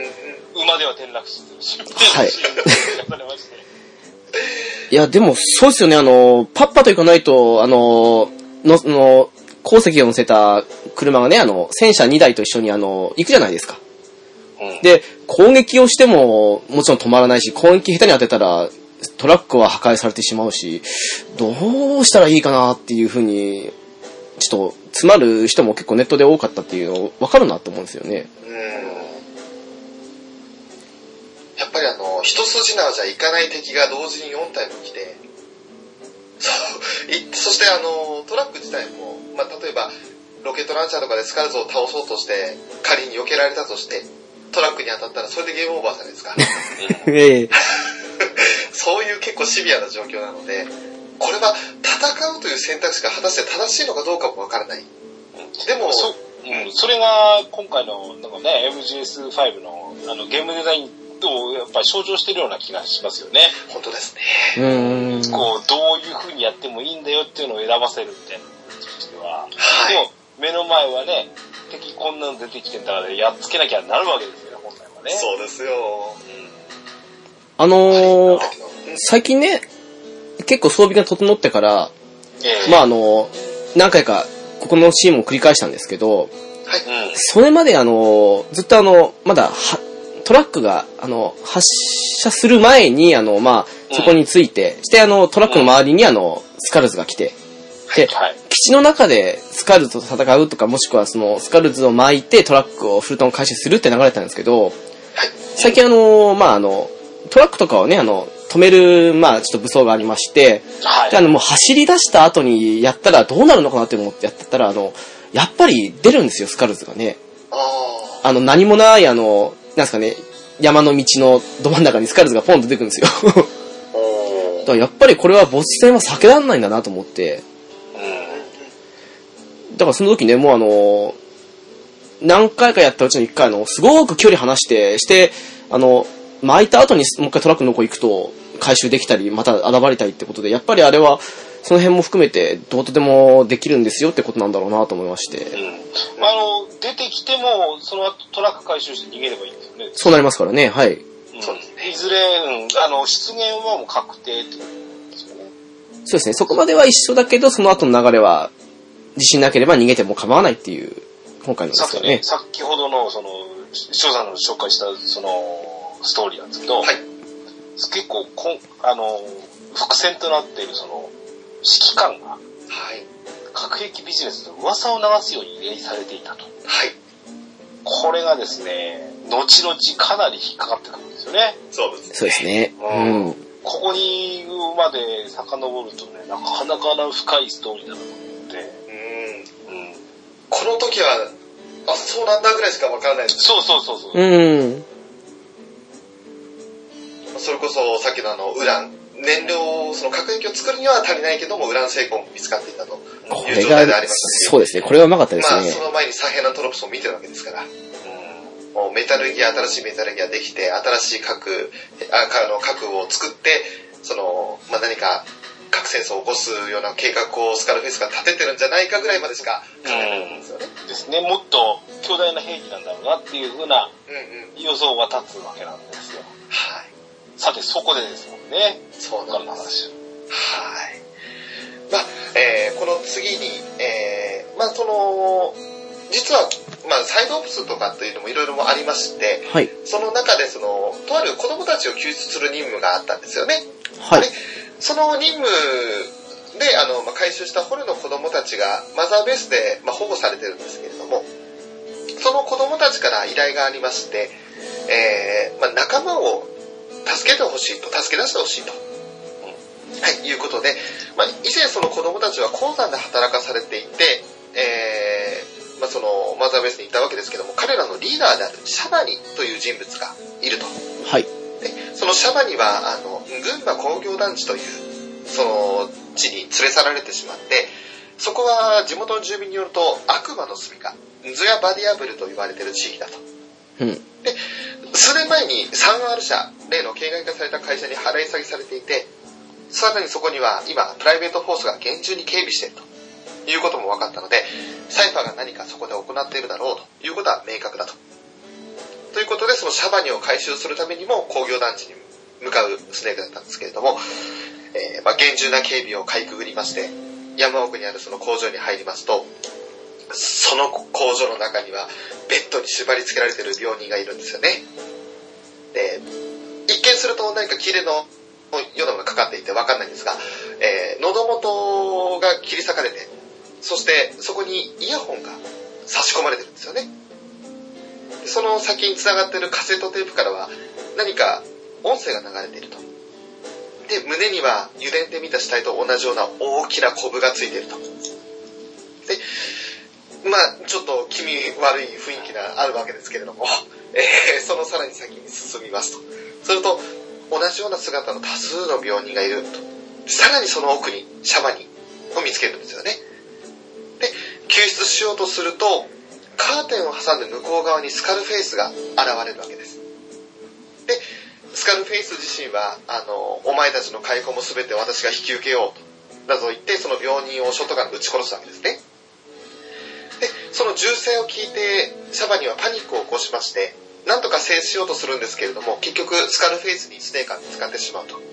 S2: うん。
S3: 馬では転落死するし、
S1: はい
S3: 転落死されまして
S1: いや、でも、そうですよね、あの、パッパと行かないと、あの、の、の、鉱石を乗せた車がね、あの、戦車2台と一緒に、あの、行くじゃないですか。
S3: うん
S1: で、攻撃をしても、もちろん止まらないし、攻撃下手に当てたら、トラックは破壊されてしまうし、どうしたらいいかなっていうふうに、ちょっと、詰まる人も結構ネットで多かったっていうの、わかるなと思うんですよね。
S2: やっぱりあの、一筋縄じゃいかない敵が同時に4体も来て、そう、いそしてあの、トラック自体も、まあ、例えば、ロケットランチャーとかでスカルズを倒そうとして、仮に避けられたとして、トラックに当たったらそれでゲームオーバーじゃないですか。
S1: ええ
S2: そういう結構シビアな状況なので、これは戦うという選択肢が果たして正しいのかどうかもわからない。でも、
S3: そうん、それが今回のなんか、ね、MGS5 のあのゲームデザインをやっぱり象徴してるような気がしますよね。
S2: 本当ですね。
S1: うーん。
S3: こう、どういう風にやってもいいんだよっていうのを選ばせるみたいなことでは。
S2: はい
S3: でも、目の前はね、敵こんなの出てきてたら、やっつけなきゃなるわけですよね、本来はね。
S2: そうですよ。
S1: あのー
S2: うん
S1: 最近ね、結構装備が整ってから、
S3: ええ
S1: まああの、何回かここのシーンを繰り返したんですけど、
S2: はい。
S3: うん。
S1: それまであの、ずっとあの、まだは、トラックが、あの、発射する前に、あの、まあ、そこについて、してあの、トラックの周りにあの、スカルズが来て、で、
S3: はい。
S1: 基地の中でスカルズと戦うとか、もしくはその、スカルズを巻いてトラックをフルトン回収するって流れてたんですけど、最近あの、まああの、トラックとかをね、あの、止める、まあちょっと武装がありまして、
S3: はい。
S1: で、あの、もう走り出した後にやったらどうなるのかなって思ってやってたら、あの、やっぱり出るんですよ、スカルズがね。
S2: あ
S1: あの、何もない、あの、なんすかね、山の道のど真ん中にスカルズがポンと出てくるんですよ。 だ
S2: ーおー
S1: からやっぱりこれはボス戦は避けられないんだなと思って。
S3: うん。
S1: だからその時ね、もうあの、何回かやったうちの1回、あの、すごく距離離して、して、あの、巻いた後にもう一回トラックの方行くと回収できたり、また現れたりってことで、やっぱりあれは、その辺も含めて、どうとでもできるんですよってことなんだろうなと思いまして。
S3: うん。まあ、あの、出てきても、その後トラック回収して逃げればいいんですよね。
S1: そうなりますからね、はい。
S3: うん
S2: そうです
S3: いずれ、うん、あの、出現はもう確定ってことですよね。
S1: そうですね、そこまでは一緒だけど、その後の流れは、自信なければ逃げても構わないっていう、今回ので
S3: さ
S1: す
S3: っ
S1: よ
S3: きね
S1: ね、。
S3: さっきほどの、その、翔さんの紹介した、その、ストーリーなんですけど、
S2: はい。
S3: 結構こん、あの、伏線となっている、その、指揮官が、
S2: はい。
S3: 核兵器ビジネスの噂を流すように依頼されていたと。
S2: はい。
S3: これがですね、後々かなり引っかかってくるんですよね。
S2: そうです。
S1: そうですね。うん。
S3: ここにまで遡るとね、なかなかな深いストーリーだなと思って、
S2: うん。
S3: うん。
S2: この時は、あ、そうなんだぐらいしかわからないです。
S3: そうそうそうそう。
S1: うん。
S2: それこそ、さっきのあの、ウラン。燃料、その核兵器を作るには足りないけども、ウラン成功も見つかっていたと
S1: こ
S2: いう
S1: れ
S2: 状態
S1: が
S2: であり、ましたし。
S1: そうですね、これがうまかったです
S2: まあ、
S1: ね。
S2: その前にサヘナトロプスを見てるわけですから。もうメタルギア、新しいメタルギアできて、新しい核、あかあの核を作って、その、まあ、何か核戦争を起こすような計画をスカルフェイスが立ててるんじゃないかぐらいまでしか考えてないんですよね。
S3: うん。ですね、もっと巨大な兵器なんだろうなっていうふうな
S2: うんうん。
S3: 予想は立つわけなんですよ。
S2: はい。
S3: さて、そこでですもんね、
S2: そう
S3: 今か
S2: な
S3: ら
S2: ん
S3: の
S2: です。
S3: 話を。
S2: はい。まあ、えーこの次に、えーまあ、その、実は、まあ、サイドオプスとかっていうのもいろいろもありまして、
S1: はい。
S2: その中で、その、とある子供たちを救出する任務があったんですよね。
S1: はい
S2: で。その任務で、あの、まあ、回収した捕虜の子供たちが、マザーベースで、まあ、保護されてるんですけれども、その子供たちから依頼がありまして、えーまあ、仲間を助けてほしいと、助け出してほしいと。はい、いうことで、まあ、以前その子供たちは鉱山で働かされていて、えーまあ、そのマザーベースにいたわけですけども、彼らのリーダーであるシャバニという人物がいると。
S1: はい。
S2: でそのシャバニはあの群馬工業団地というその地に連れ去られてしまってそこは地元の住民によると悪魔の住みかズヤ・バディアブルと言われてる地域だと
S1: うん。
S2: 数年前に 3R 社例の形骸化された会社に払い下げされていてさらにそこには今プライベートフォースが厳重に警備しているということも分かったのでサイファーが何かそこで行っているだろうということは明確だとということでことで、そのシャバニを回収するためにも工業団地に向かうスネークだったんですけれども、えーまあ、厳重な警備をかいくぐりまして、山奥にあるその工場に入りますと、その工場の中には、ベッドに縛り付けられてる病人がいるんですよね。で、一見すると何か切れのようなものがかかっていてわかんないんですが、えー喉元が切り裂かれて、そしてそこにイヤホンが差し込まれてるんですよね。でその先に繋がってるカセットテープからは何か音声が流れていると。で、胸には油田で見た死体と同じような大きなコブがついていると。で、まあちょっと気味悪い雰囲気があるわけですけれども、 えーそのさらに先に進みますと。それと、同じような姿の多数の病人がいると。さらにその奥に、シャバニを見つけるんですよね。で、救出しようとすると、カーテンを挟んで向こう側にスカルフェイスが現れるわけです。で、スカルフェイス自身は、あの、お前たちの解放も全て私が引き受けようと、などと言って、その病人をショットガンで撃ち殺すわけですね。で、その銃声を聞いて、シャバニはパニックを起こしまして、なんとか制止しようとするんですけれども、結局、スカルフェイスに1年間使ってしまうと。で、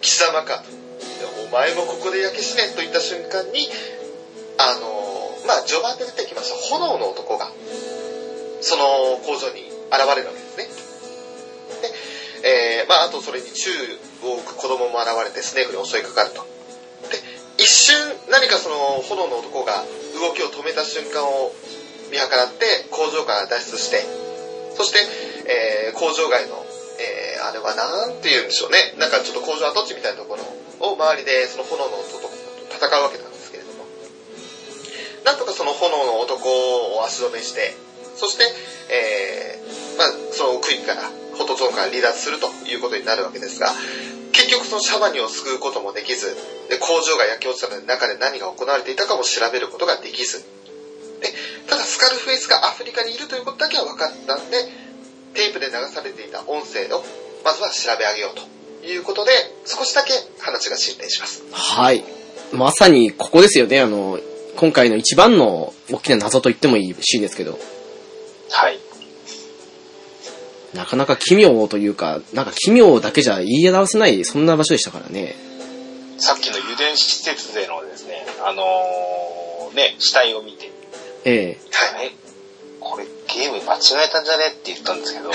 S2: 貴様かと。お前もここで焼け死ねと言った瞬間に、あのーまあ序盤で出てきました炎の男が、その工場に現れるわけですね。で、えー、まああとそれに宙を置く子供も現れてスネークに襲いかかると。で、一瞬何かその炎の男が動きを止めた瞬間を見計らって工場から脱出して、そして、えー工場外の、えーあれはなんて言うんでしょうね。なんかちょっと工場跡地みたいなところを周りでその炎の男と戦うわけなんですけれども、なんとかその炎の男を足止めして、そして、えーまあ、その杭から、ホットゾーンから離脱するということになるわけですが、結局そのシャバニを救うこともできず、で工場が焼け落ちたので中で何が行われていたかも調べることができず、でただスカルフェイスがアフリカにいるということだけは分かったんで、テープで流されていた音声をまずは調べ上げようということで、少しだけ話が進展 します。
S1: はい。まさにここですよね。あの、今回の一番の大きな謎と言ってもいいシーンですけど、
S3: はい。
S1: なかなか奇妙というか、なんか奇妙だけじゃ言い表せない、そんな場所でしたからね。
S3: さっきの油田施設でのですね、あのーね、死体を見て、
S1: ええ。
S3: え、これゲーム間違えたんじゃねって言ったんですけど、
S1: え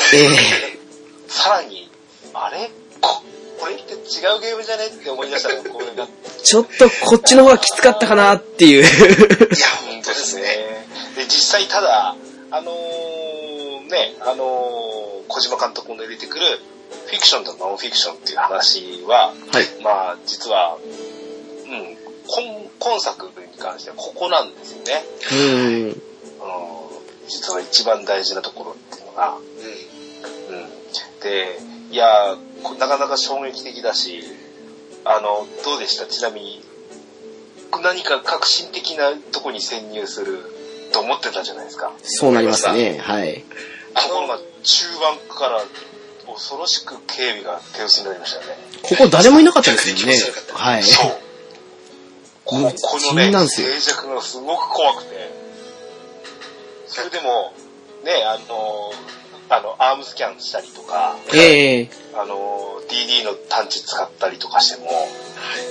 S3: さらに、あれここれって違うゲームじゃねって思い出したのが、これが。
S1: え。ちょっとこっちの方がきつかったかなっていう。
S2: いや、
S3: 本
S2: 本
S3: 当
S2: 当ですね。。
S3: で、実際ただ、あのーね、あのー小島監督の出てくる、フィクションとノンフィクションっていう話は、
S1: はい。
S3: まあ、実は、うん、今今作に関してはここなんですよね。
S1: うん。
S3: あのー実は一番大事なところっていうのが、
S2: うん
S3: うん、で、いやーこなかなか衝撃的だし、あの、どうでしたちなみに、何か革新的なとこに潜入すると思ってたじゃないですか。
S1: そうなりますね。はい。
S3: ところが、中盤から恐ろしく警備が手薄になりましたよね。
S1: ここ誰もいなかったですもんね。はい。
S3: そう。こ
S1: もう
S3: この
S1: 不思議
S3: ね、
S1: なんですよ
S3: 静寂がすごく怖くて、それでも、ね、あの、あの、アームスキャンしたりとか、
S1: ええ。
S3: あの、DD の探知使ったりとかしても、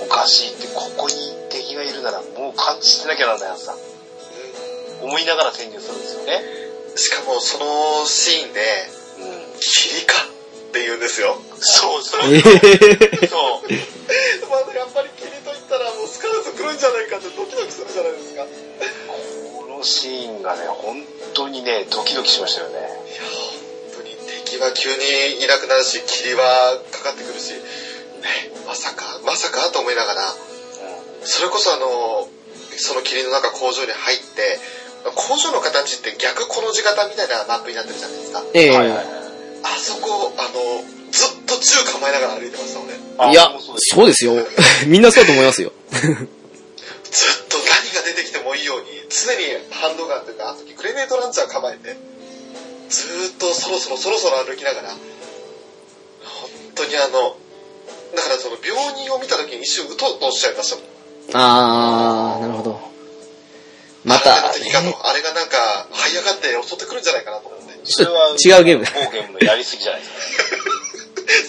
S3: おかしいって、ここに敵がいるならもう感知してなきゃなんないはずだ。思いながら潜入するんですよね。
S2: うんしかもそのシーンで、
S3: うん。
S2: 霧かって言うんですよ。
S3: そうそ
S1: え
S3: う。
S1: え。
S3: そう。
S2: まあやっぱり霧と言ったらもうスカルと来るんじゃないかってドキドキするじゃないですか。いや、
S3: このシーンがね、本当にね、ドキドキしましたよね。
S2: 本当に敵は急にいなくなるし、霧はかかってくるし、ね、まさか、まさかと思いながら、それこそあの、その霧の中工場に入って、工場の形って逆この字型みたいなマップになってるじゃないですか。
S1: え
S3: はいはい
S1: え。
S3: は
S2: あそこ、あの、ずっと銃構えながら歩いてましたもんね。
S3: い。
S1: いや
S3: あ、
S1: そうですよ。 みんなそうだと思いますよ。
S2: ずっと何が出てきてもいいように、常にハンドガンというか、あの時グレネードランチャー構えて、ずーっとそろそろそろそろ歩きながら、本当にあの、だからその病人を見た時に一瞬うとうとしちゃいましたもん。
S1: あー、なるほど。また
S2: あれが敵かとあれがなんか、這い上がって襲ってくるんじゃないかなと思って。
S1: ちょっと違うゲームだ
S3: 某ゲームのやりすぎじゃないです か。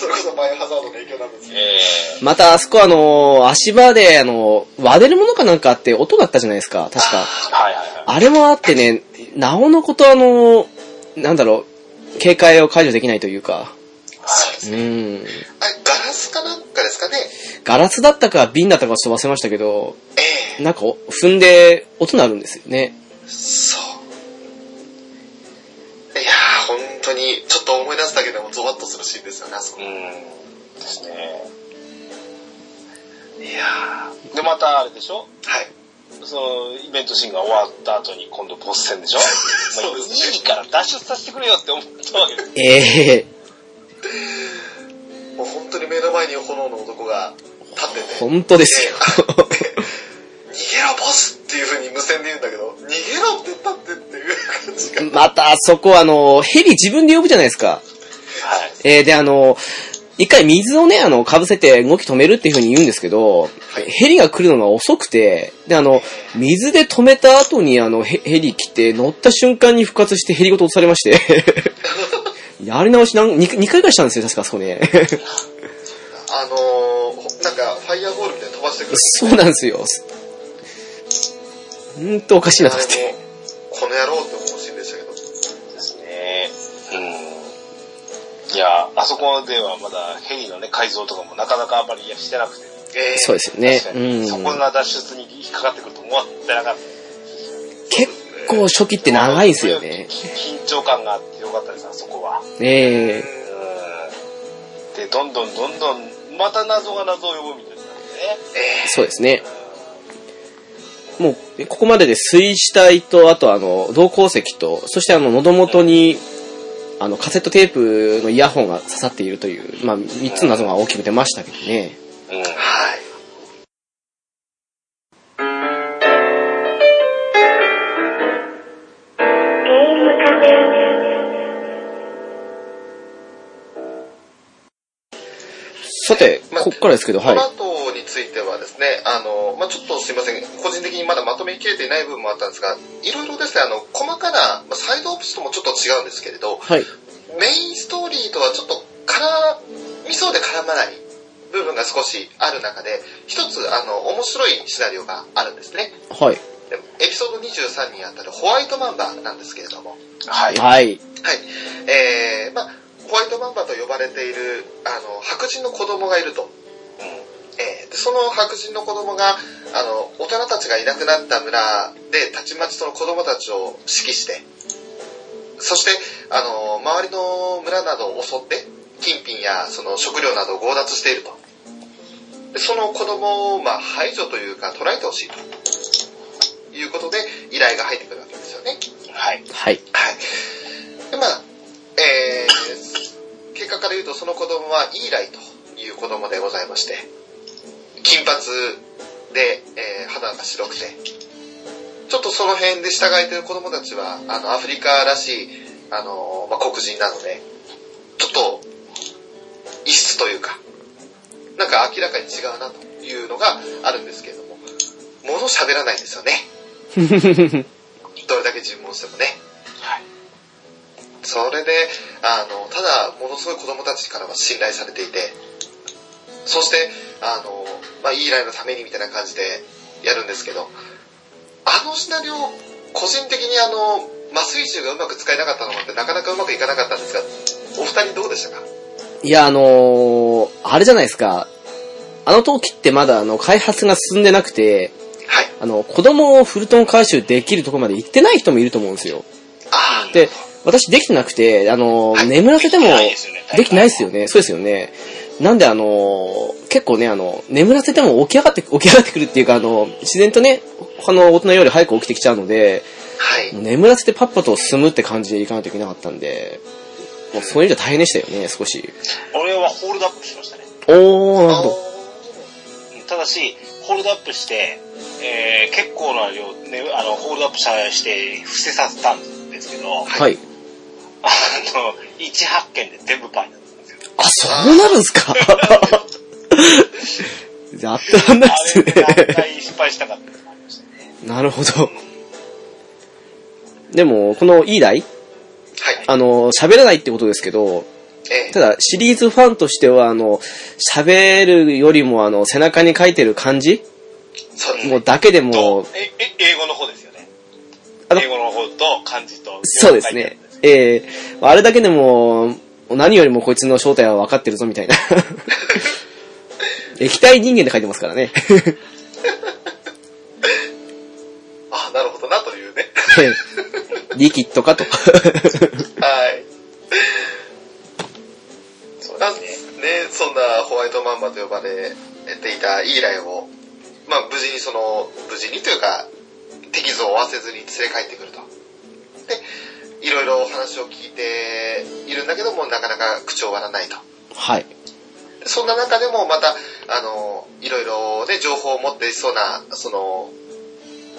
S2: それこそバイオハザードの影響なんですけど。
S3: え
S1: またあそこあの、足場であの、割れるものかなんかあって音があったじゃないですか、確か。
S3: ー、はいはいはい。
S1: あれもあってね、なおのことあの、なんだろう、警戒を解除できないというか。うん。
S2: あれ、ガラスかなんかですかね
S1: ガラスだったか瓶だったかちょっと忘れましたけど、
S2: ええ
S1: なんか踏んで音鳴るんですよね。
S2: そう。いやー、本当に、ちょっと思い出すだけでもゾワッとするシーンですよね、あそこ。
S3: うん。ですね。
S2: いやー、は
S3: で、またあれでしょ
S2: い。
S3: その、イベントシーンが終わった後に今度ボス戦でしょまあ
S2: そうですね
S3: いいから脱出させてくれよって思ったわけです。
S1: ええ
S2: もう本当に目の前に炎の男が立ってて、逃げろ
S1: 本当ですよ。
S2: ボスっていう風に無線で言うんだけど、逃げろって言ったってっていう感じが。
S1: またあそこあの、ヘビ自分で呼ぶじゃないですか。
S3: はい。
S1: えー、で、あの、一回水をね、あの、被せて動き止めるっていう風に言うんですけど、ヘリが来るのが遅くて、で、あの、水で止めた後にあの、ヘヘリ来て、乗った瞬間に復活してヘリごと落とされま して、やり直しなん、2, 回ぐらいしたんですよ、確かそこ ね。
S2: あのー、なんか、ファイアボールみたいに飛ばしてくる。
S1: そうなんですよ。ほんとおかしいなと思っ
S2: あれ
S1: て。
S2: もこの野郎って思うシーンでしたけど。
S3: ですね。うん。いや、あそこではまだヘリのね、改造とかもなかなかあんまりしてなくて、
S2: ええ
S1: そうですよね
S3: 確。か
S1: う
S3: に
S1: ん。
S3: そこんな脱出に引っかかってくると思ってなかった。
S1: 結構初期って長いんですよね。
S3: 緊張感があってよかったです、あそこは。
S1: ええ
S3: うんで、どんどんどんどん、また謎が謎を呼ぶみたいなね。
S2: ええ
S1: そうですね。もう、えここまでで水死体と、あとあの、同鉱石と、そしてあの、喉元に、あの、カセットテープのイヤホンが刺さっているという、まあ、三つの謎が大きく出ましたけどね。
S3: うん。
S2: はい。
S1: さて、
S2: まあ
S1: こっからですけど、は
S2: こ
S1: い
S2: の。後についてはですね、あの、まあ、ちょっとすいません、個人的にまだまとめきれていない部分もあったんですが、いろいろですね、あの、細かな、まあ、サイドオプションともちょっと違うんですけれど、
S1: はい。
S2: メインストーリーとはちょっと絡みそうで絡まない部分が少しある中で、一つ、あの、面白いシナリオがあるんですね。
S1: はい。
S2: でエピソード23にあたるホワイトマンバーなんですけれども、
S3: はい。
S1: はい。
S2: はい。えー、まあ、ホワイトマンバと呼ばれている、あの、白人の子供がいると。えーでその白人の子供が、あの、大人たちがいなくなった村で、たちまちその子供たちを指揮して、そして、あの、周りの村などを襲って、金品やその食料などを強奪していると。でその子供を、まあ、排除というか、捉えてほしいと。いうことで、依頼が入ってくるわけですよね。
S3: はい。
S1: はい。
S2: はい。で、まあ、えー、結果から言うとその子供はイーライという子供でございまして、金髪で、えー肌が白くて、ちょっとその辺で従えてる子供たちは、あの、アフリカらしい、あの、まあ、黒人なので、ちょっと、異質というか、なんか明らかに違うなというのがあるんですけれども、もの喋らないんですよね。どれだけ尋問してもね。
S3: はい。
S2: それで、あの、ただ、ものすごい子供たちからは信頼されていて、そして、あの、まあ、いいライのためにみたいな感じでやるんですけど、あのシナリオ、個人的にあの、麻酔銃がうまく使えなかったのもあって、なかなかうまくいかなかったんですが、お二人どうでしたか
S1: いや、あのーあれじゃないですか。あの時ってまだあの、開発が進んでなくて、
S2: はい。
S1: あの、子供をフルトン回収できるとこまで行ってない人もいると思うんですよ。
S2: ああ、
S1: で、私できてなくて、あの、
S2: はい
S1: 眠らせても
S3: できてないですよね、
S1: できないですよね。そうですよね。なんであの、結構ね、あの、眠らせても起き上がって、起き上がってくるっていうか、あの、自然とね、他の大人より早く起きてきちゃうので、
S2: はい。
S1: 眠らせてパッパと進むって感じでいかないといけなかったんで、もうそういう意味じゃ大変でしたよね、少し。
S3: 俺はホールドアップしましたね。
S1: おー、なる
S2: あ
S1: ほ
S2: の
S1: ど。
S3: ただし、ホールドアップして、えー結構な量、ね、あの、ホールドアップして、伏せさせたんですけど、
S1: はい。
S3: あの、1発見で全部パイになったんですよ。
S1: あ、そうなるんす かやってらんないっす
S3: あれ、何
S1: ね。
S3: 回失敗したかったのもありましたね。
S1: なるほど。でも、このイーダイ、
S2: はい。
S1: あの、喋らないってことですけど、
S2: ええ
S1: ただ、シリーズファンとしては、あの、喋るよりも、あの、背中に書いてる漢字
S2: そうです
S1: もう
S2: ね。
S1: だけでも
S3: と、、え、え、英語の方ですよね。
S1: あの
S3: 英語の方と漢字と。
S1: そうですね。ええあれだけでも、何よりもこいつの正体は分かってるぞみ たいな。液体人間って書いてますからね。
S2: あ、なるほどなというね。
S1: ええリキッドか と。
S2: はい。
S3: そうで
S2: なん
S3: す
S2: ね
S3: ね。、
S2: そんなホワイトマンバと呼ばれていたイーライを、まあ無事にその、無事にというか、敵像を追わせずに連れ帰ってくると。で、いろいろお話を聞いているんだけども、なかなか口を割らないと。
S1: はい。
S2: そんな中でもまた、あの、いろいろね、情報を持っていそうな、その、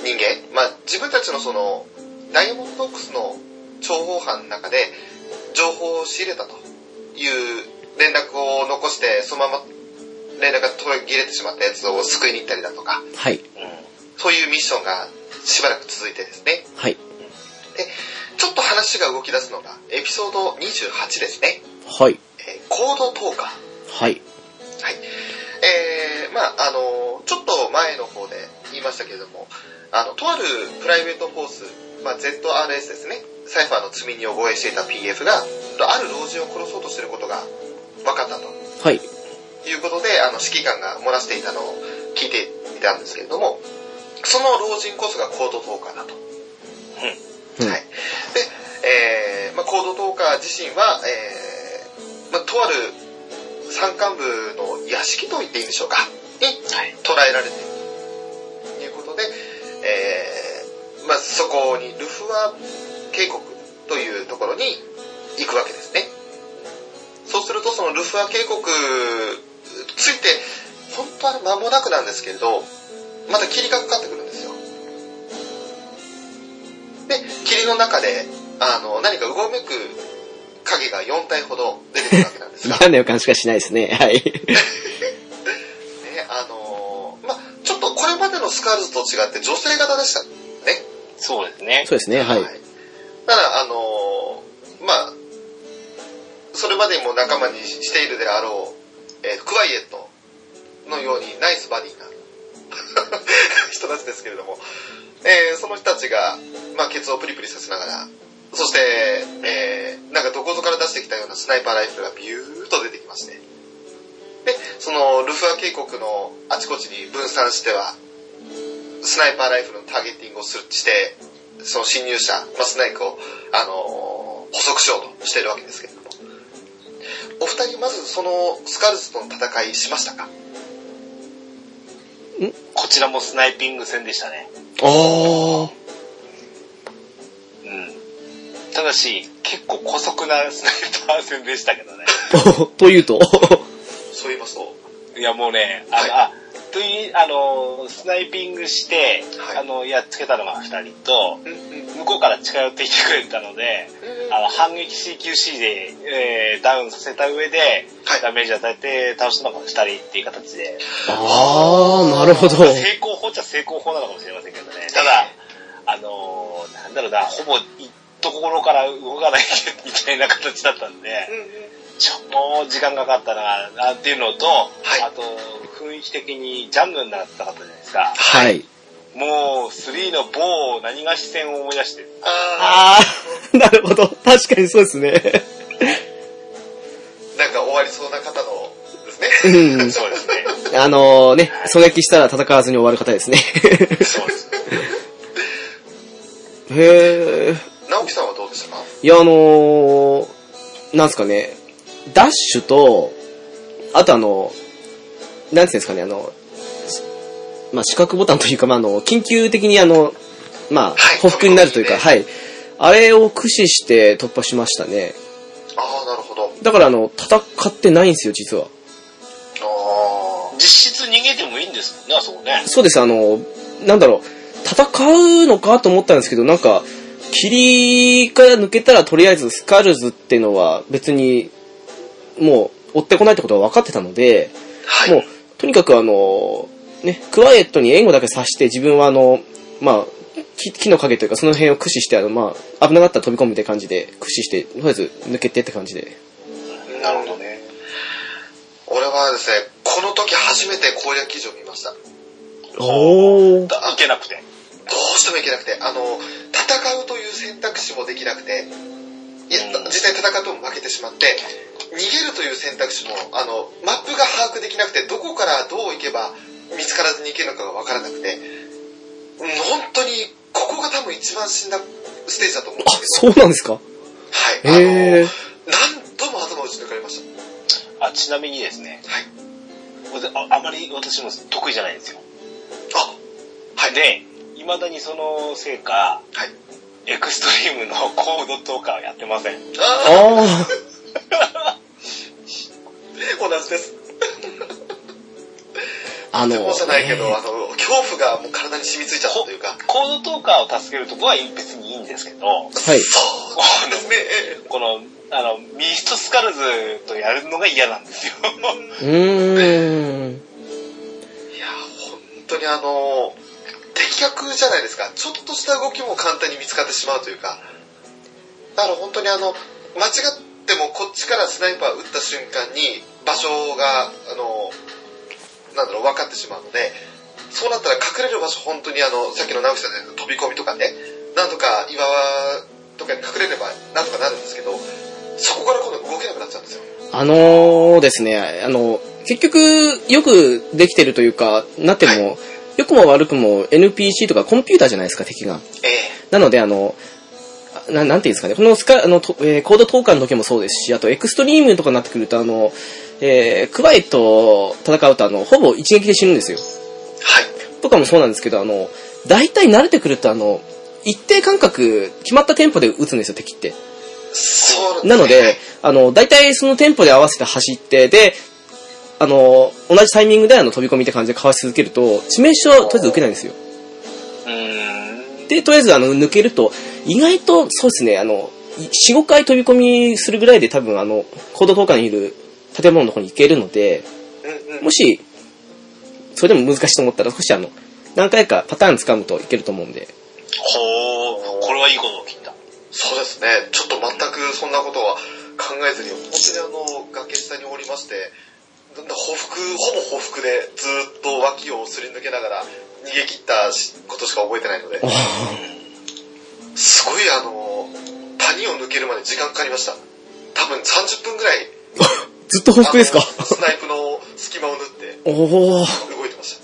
S2: 人間、まあ、自分たちのその、ダイヤモンドボックスの諜報班の中で、情報を仕入れたという連絡を残して、そのまま連絡が途切れてしまったやつを救いに行ったりだとか、
S1: はい。
S2: そういうミッションがしばらく続いてですね、
S1: はい。
S2: ちょっと話が動き出すのが、エピソード28ですね、
S1: はい。
S2: えーコード投下。
S1: はい。
S2: はい。えー、まああの、ちょっと前の方で言いましたけれども、あの、とあるプライベートフォース、まあ ZRS ですね、サイファーの積み荷を護衛していた PF が、ある老人を殺そうとしていることが分かったと
S1: はい。
S2: いうことで、あの、指揮官が漏らしていたのを聞いていたんですけれども、その老人こそがコードトーカーだと。
S1: うん
S2: はい。で、えーまあ、コードトーカー自身は、えーまあ、とある山間部の屋敷と言っていいんでしょうか、に捕らえられているということで、えーまあ、そこにルフワ渓谷というところに行くわけですね。そうすると、そのルフワ渓谷ついて、本当は間もなくなんですけれど、また霧がかかってくるんですよ。で、霧の中で、あの、何かうごめく影が4体ほど出てくるわけなんで すが、ね、
S1: 嫌な予感しかしないですね。はい。
S2: あのーまあちょっとこれまでのスカールズと違って女性型でしたね。
S3: そうですね。
S1: そうですね。はい。
S2: ただから、あのーまあそれまでにも仲間にしているであろう、えークワイエットのようにナイスバディな 人たちですけれども、えーその人たちが、まあ、ケツをプリプリさせながら、そして、えーなんかどこぞから出してきたようなスナイパーライフルがビューッと出てきまして、で、そのルフア渓谷のあちこちに分散しては、スナイパーライフルのターゲティングをするして、その侵入者、まあ、スナイクを、あのー捕捉しようとしているわけですけれども。お二人、まずそのスカルズとの戦いしましたか
S3: こちらもスナイピング戦でしたね。
S1: おー。
S3: うん。ただし、結構古速なスナイパー戦でしたけどね。
S1: というと。
S2: そう言いますと。はい
S3: やもうね、あの、
S2: はい
S3: あ、という、あの、スナイピングして、
S2: はい
S3: あの、やっつけたのが二人と、
S2: い。うんうん。
S3: 向こうから近寄ってきてくれたので、あの、反撃 CQC で、えーダウンさせた上で、
S2: はい
S3: ダメージ与えて倒したのが二人っていう形で、
S1: あー、なるほど。
S3: 成功法っちゃ成功法なのかもしれませんけどね。ただ、あのーなんだろうな、ほぼ一所から動かないみたいな形だったんで、ちょっと時間がかかったな、なっていうのと、
S2: い
S3: あと、雰囲気的にジャンルになったかったじゃないですか。
S1: はい。
S3: もう、3の某何が視線を思い出して、
S2: あ
S1: あー、 なるほど。確かにそうですね。
S2: ー、なんか終わりそうな方のですね。
S1: う ん。
S3: そうですね。
S1: あのね、狙撃したら戦わずに終わる方ですね。
S3: そうです。
S1: へー。
S2: 直樹さんはどうでしたか
S1: いや、あのー、なんすかね、ダッシュと、あとあの、なんていうんですかね、あの、まあ、四角ボタンというか、まあ、あの、緊急的にあの、まあ
S2: はい、
S1: 報復になるというか、
S2: そ
S1: はい。あれを駆使して突破しましたね。
S2: ああ、なるほど。
S1: だからあの、戦ってないんですよ、実は。
S2: あ
S3: 実質逃げてもいいんですもんね、あそこね。
S1: そうです、あの、なんだろう、戦うのかと思ったんですけど、なんか、霧から抜けたらとりあえずスカルズっていうのは別に、もう追ってこないってことは分かってたので、
S2: あ、はい。
S1: もう、とにかくあの、ね、クワイエットに援護だけさして自分はあの、まあ、木木の影というかその辺を駆使して、あの、まあ、危なかったら飛び込むみたいな感じで、駆使して、とりあえず抜けてって感じで。
S3: なるほどね。
S2: 俺はですね、この時初めて攻略記事を見ました。ど
S1: おー。
S3: だいけなくて。
S2: うしてもいけなくて、あの、戦うという選択肢もできなくて、いや、
S3: うん
S2: 実際戦っても負けてしまって、逃げるという選択肢も、あの、マップが把握できなくて、どこからどう行けば見つからずに行けるのかがわからなくて、うん本当に、ここが多分一番死んだステージだと思うんで
S1: あ
S2: す、け
S1: そうなんですか
S2: ど、はい、あ
S1: へ
S2: の
S1: ー、。
S2: 何度も頭を打ち抜かれました。
S3: あ、ちなみにですね、
S2: はい。
S3: ああまり私も得意じゃないんですよ。
S2: あ、はい、
S3: で、未だにそのせいか、
S2: はい。
S3: エクストリームのコードとかはやってません。
S2: あー
S1: あ
S2: 同じです。
S1: ー。あの、
S2: 申し訳ないけど、
S1: ね
S2: あの、恐怖がもう体に染みついちゃったというか、
S3: コードトーカーを助けるとこは別にいいんですけど、
S1: はい。
S2: そうですね。
S3: この、あの、ミストスカルズとやるのが嫌なんですよ。
S1: うーん。
S2: いや、本当にあの、的確じゃないですか。ちょっとした動きも簡単に見つかってしまうというか、だから本当にあの、間違ってもこっちからスナイパー撃った瞬間に場所が、あの、なんだろう、分かってしまうので、そうなったら隠れる場所、本当にあの、さっきの直樹さんじゃないですか飛び込みとかね、なんとか岩とかに隠れればなんとかなるんですけど、そこから今度動けなくなっちゃうんですよ。
S1: あのーですね、あの、結局、よくできてるというか、なっても、良くも悪くも NPC とかコンピューターじゃないですか、敵が。
S2: え
S1: なので、あの、ななんていうんですかね、このスカ、あの、とえーコード投下の時もそうですし、あとエクストリームとかになってくると、あの、えークワイと戦うと、あの、ほぼ一撃で死ぬんですよ。
S2: はい。
S1: とかもそうなんですけど、あの、大体慣れてくると、あの、一定間隔、決まったテンポで撃つんですよ、敵って。
S2: そう
S1: なの
S2: ですね
S1: で、あの、大体そのテンポで合わせて走って、で、あの、同じタイミングであの飛び込みって感じでかわし続けると、致命傷はとりあえず受けないんですよ。
S3: うーん。
S1: で、とりあえずあの、抜けると、意外と、そうですね、あの、4、5回飛び込みするぐらいで多分あの、高度投下にいる建物のとこに行けるので、
S2: うんうん
S1: もし、それでも難しいと思ったら少しあの、何回かパターン掴むといけると思うんで。
S3: ほー、これはいいことを聞いた。
S2: そうですね。ちょっと全くそんなことは考えずに、本当にあの、崖下におりまして、なんだ、匍匐、ほぼ匍匐でずっと脇をすり抜けながら逃げ切ったしことしか覚えてないので、すごいあの、谷を抜けるまで時間かかりました。多分30分ぐらい、
S1: ずっと報復ですか
S2: あのスナイプの隙間を縫って
S1: おお、
S2: 動いてました。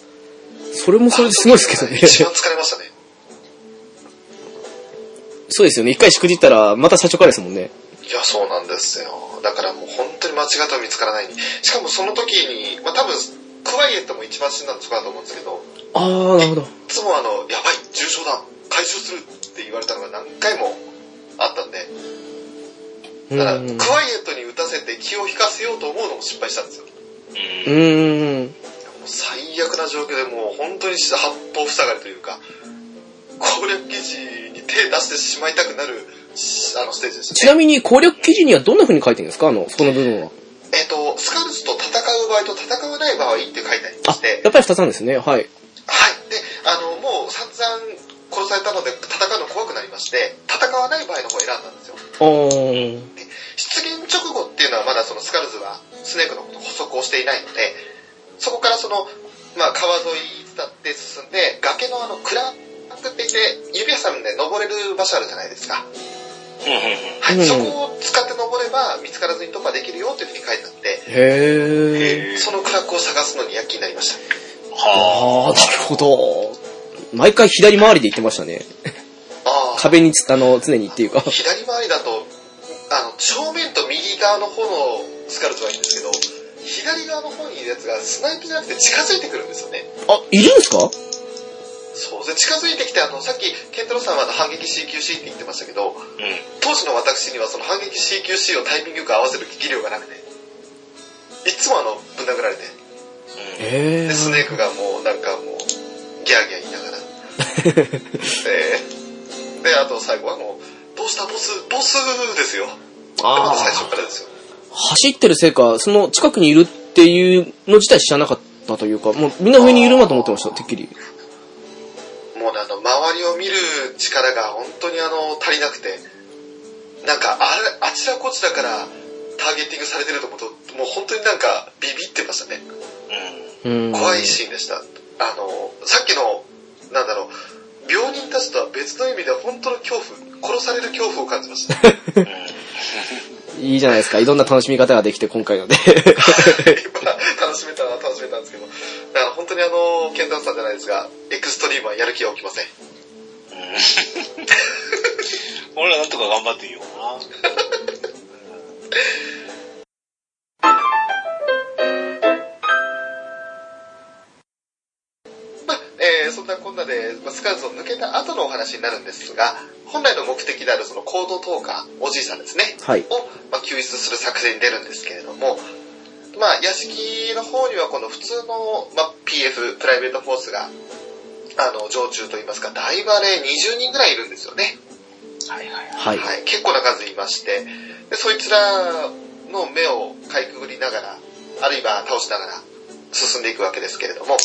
S1: それもそれですごいですけどね。
S2: 一番疲れましたね。
S1: そうですよね。一回しくじったら、また社長からですもんね。
S2: いや、そうなんですよ。だからもう本当に間違ったら見つからないに。しかもその時に、まあ多分、クワイエットも一番死んだのそこだと思うんですけど、
S1: あー、なるほど。
S2: いつもあの、やばい、重症だ、回収するって言われたのが何回もあったんで、
S1: う
S2: だから、ク
S1: ん。
S2: ワイエットに打たせて気を引かせようと思うのも失敗したんですよ。も
S3: う。
S1: うんーん。
S2: う最悪な状況でもう本当に八方塞がりというか、攻略記事に手出してしまいたくなる、しあの、ステージでした。
S1: ちなみに攻略記事にはどんな風に書いてるんですかあの、そこの部分は。
S2: えっ、と、スカルズと戦う場合と戦わない場合って書いてありま
S1: あ
S2: して、、
S1: やっぱり二つなんですね。はい。
S2: はい。で、あの、もう散々殺されたので戦うの怖くなりまして、戦わない場合の方を選んだんですよ。
S1: あー。
S2: 出現直後っていうのはまだそのスカルズはスネークのことを捕捉をしていないので、そこからその、まあ川沿い伝って進んで、崖のあの暗くっていて、指挟んで登れる場所あるじゃないですか。はい。
S1: うん
S2: そこを使って登れば見つからずに突破できるよっていうふうに書いてあって、
S1: へー。
S3: へー
S2: そのクラックを探すのに躍起になりました。
S3: は
S1: あー、なるほど。毎回左回りで行ってましたね。
S2: あー
S1: 壁につ、あの、常にって いうか。
S2: 左回りだとあの正面と右側の方のスカルツはいいんですけど左側の方にいるやつがスナイプじゃなくて近づいてくるんですよね
S1: あ、いるんですか
S2: そうで近づいてきてあのさっきケントロさんはあの反撃 CQC って言ってましたけど
S3: ぁ。うん。
S2: 当時の私にはその反撃 CQC をタイミングよく合わせる技量がなくていつもあのぶん殴られて
S1: へ
S2: でスネークがもうなんかもうギャーギャー言 いながらえーであと最後はもうどうしたボスボスですよま
S1: あ
S2: だ最
S1: ー。
S2: 初からですよ
S1: 走ってるせいか、その近くにいるっていうの自体知らなかったというか、もうみんな上にいるなと思ってました、てっきり。
S2: うもうねあの、周りを見る力が本当にあの、足りなくて、なんか、あれ、あちらこちらからターゲティングされてると思うと、もう本当になんか、ビビってましたね。
S1: うん。
S2: 怖い。シーンでした。あの、さっきの、なんだろう、病人たちとは別の意味で本当の恐怖、殺される恐怖を感じま した。
S3: うん。
S1: いいじゃないですか。いろんな楽しみ方ができて、今回 ので。
S2: 今楽しめたのは楽しめたんですけど、だから本当にあの、ケンタロウさんじゃないですが、エクストリームはやる気が起きません。
S3: 俺らなんとか頑張っていようかな。
S2: まあ、 えーそんなこんなで、まあスカウツを抜けた後のお話になるんですが、本来の目的であるその行動投下、おじいさんですね、
S1: はい。
S2: を、まあ救出する作戦に出るんですけれども、まあ、屋敷の方にはこの普通の、まあ、PF、プライベートフォースが、あの、常駐といいますか、だいぶあれ20人ぐらいいるんですよね。
S3: はいはいはい。
S1: はい。
S2: はい、結構な数いましてで、そいつらの目をかいくぐりながら、あるいは倒しながら進んでいくわけですけれども、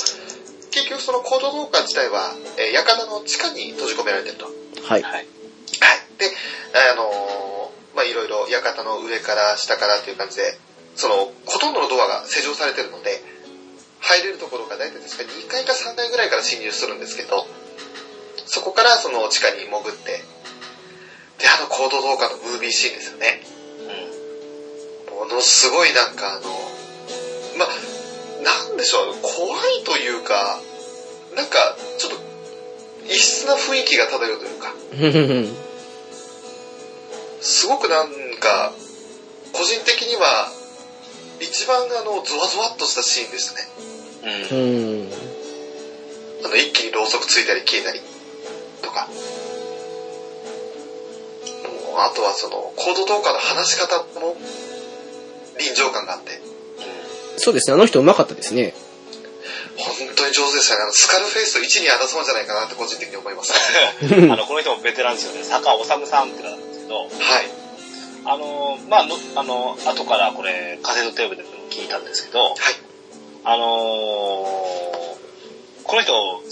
S2: 結局その行動動画自体は、えー、館の地下に閉じ込められてると。はい。
S1: はい。
S3: はい。
S2: で、あのーまあいろいろ館の上から下からという感じで、その、ほとんどのドアが施錠されてるので、入れるところが大体確か2階か3階ぐらいから侵入するんですけど、そこからその地下に潜って、で、あの行動動画のムービーシーンですよね。
S3: う
S2: ものすごいなんかあの、まあ、なんでしょう、怖いというか、なんかちょっと異質な雰囲気が漂うというか、すごくなんか、個人的には、一番あの、ゾワゾワっとしたシーンでしたね。
S3: ん。うん。
S1: う
S3: うん。
S1: ん。
S2: あの、一気にろうそくついたり消えたりとか。もうあとはその、コード動画の話し方も、臨場感があって、
S1: そうですね。あの人うまかったですね。
S2: 本当に上手でしたね。あのスカルフェイスと1に争うんじゃないかなって個人的に思います。
S3: あの、この人もベテランですよね。坂治さんって方なんですけど、
S2: はい。
S3: あの、まあ、のあの、後からこれ、カセットテープでも聞いたんですけど、
S2: はい。
S3: あのーこの人、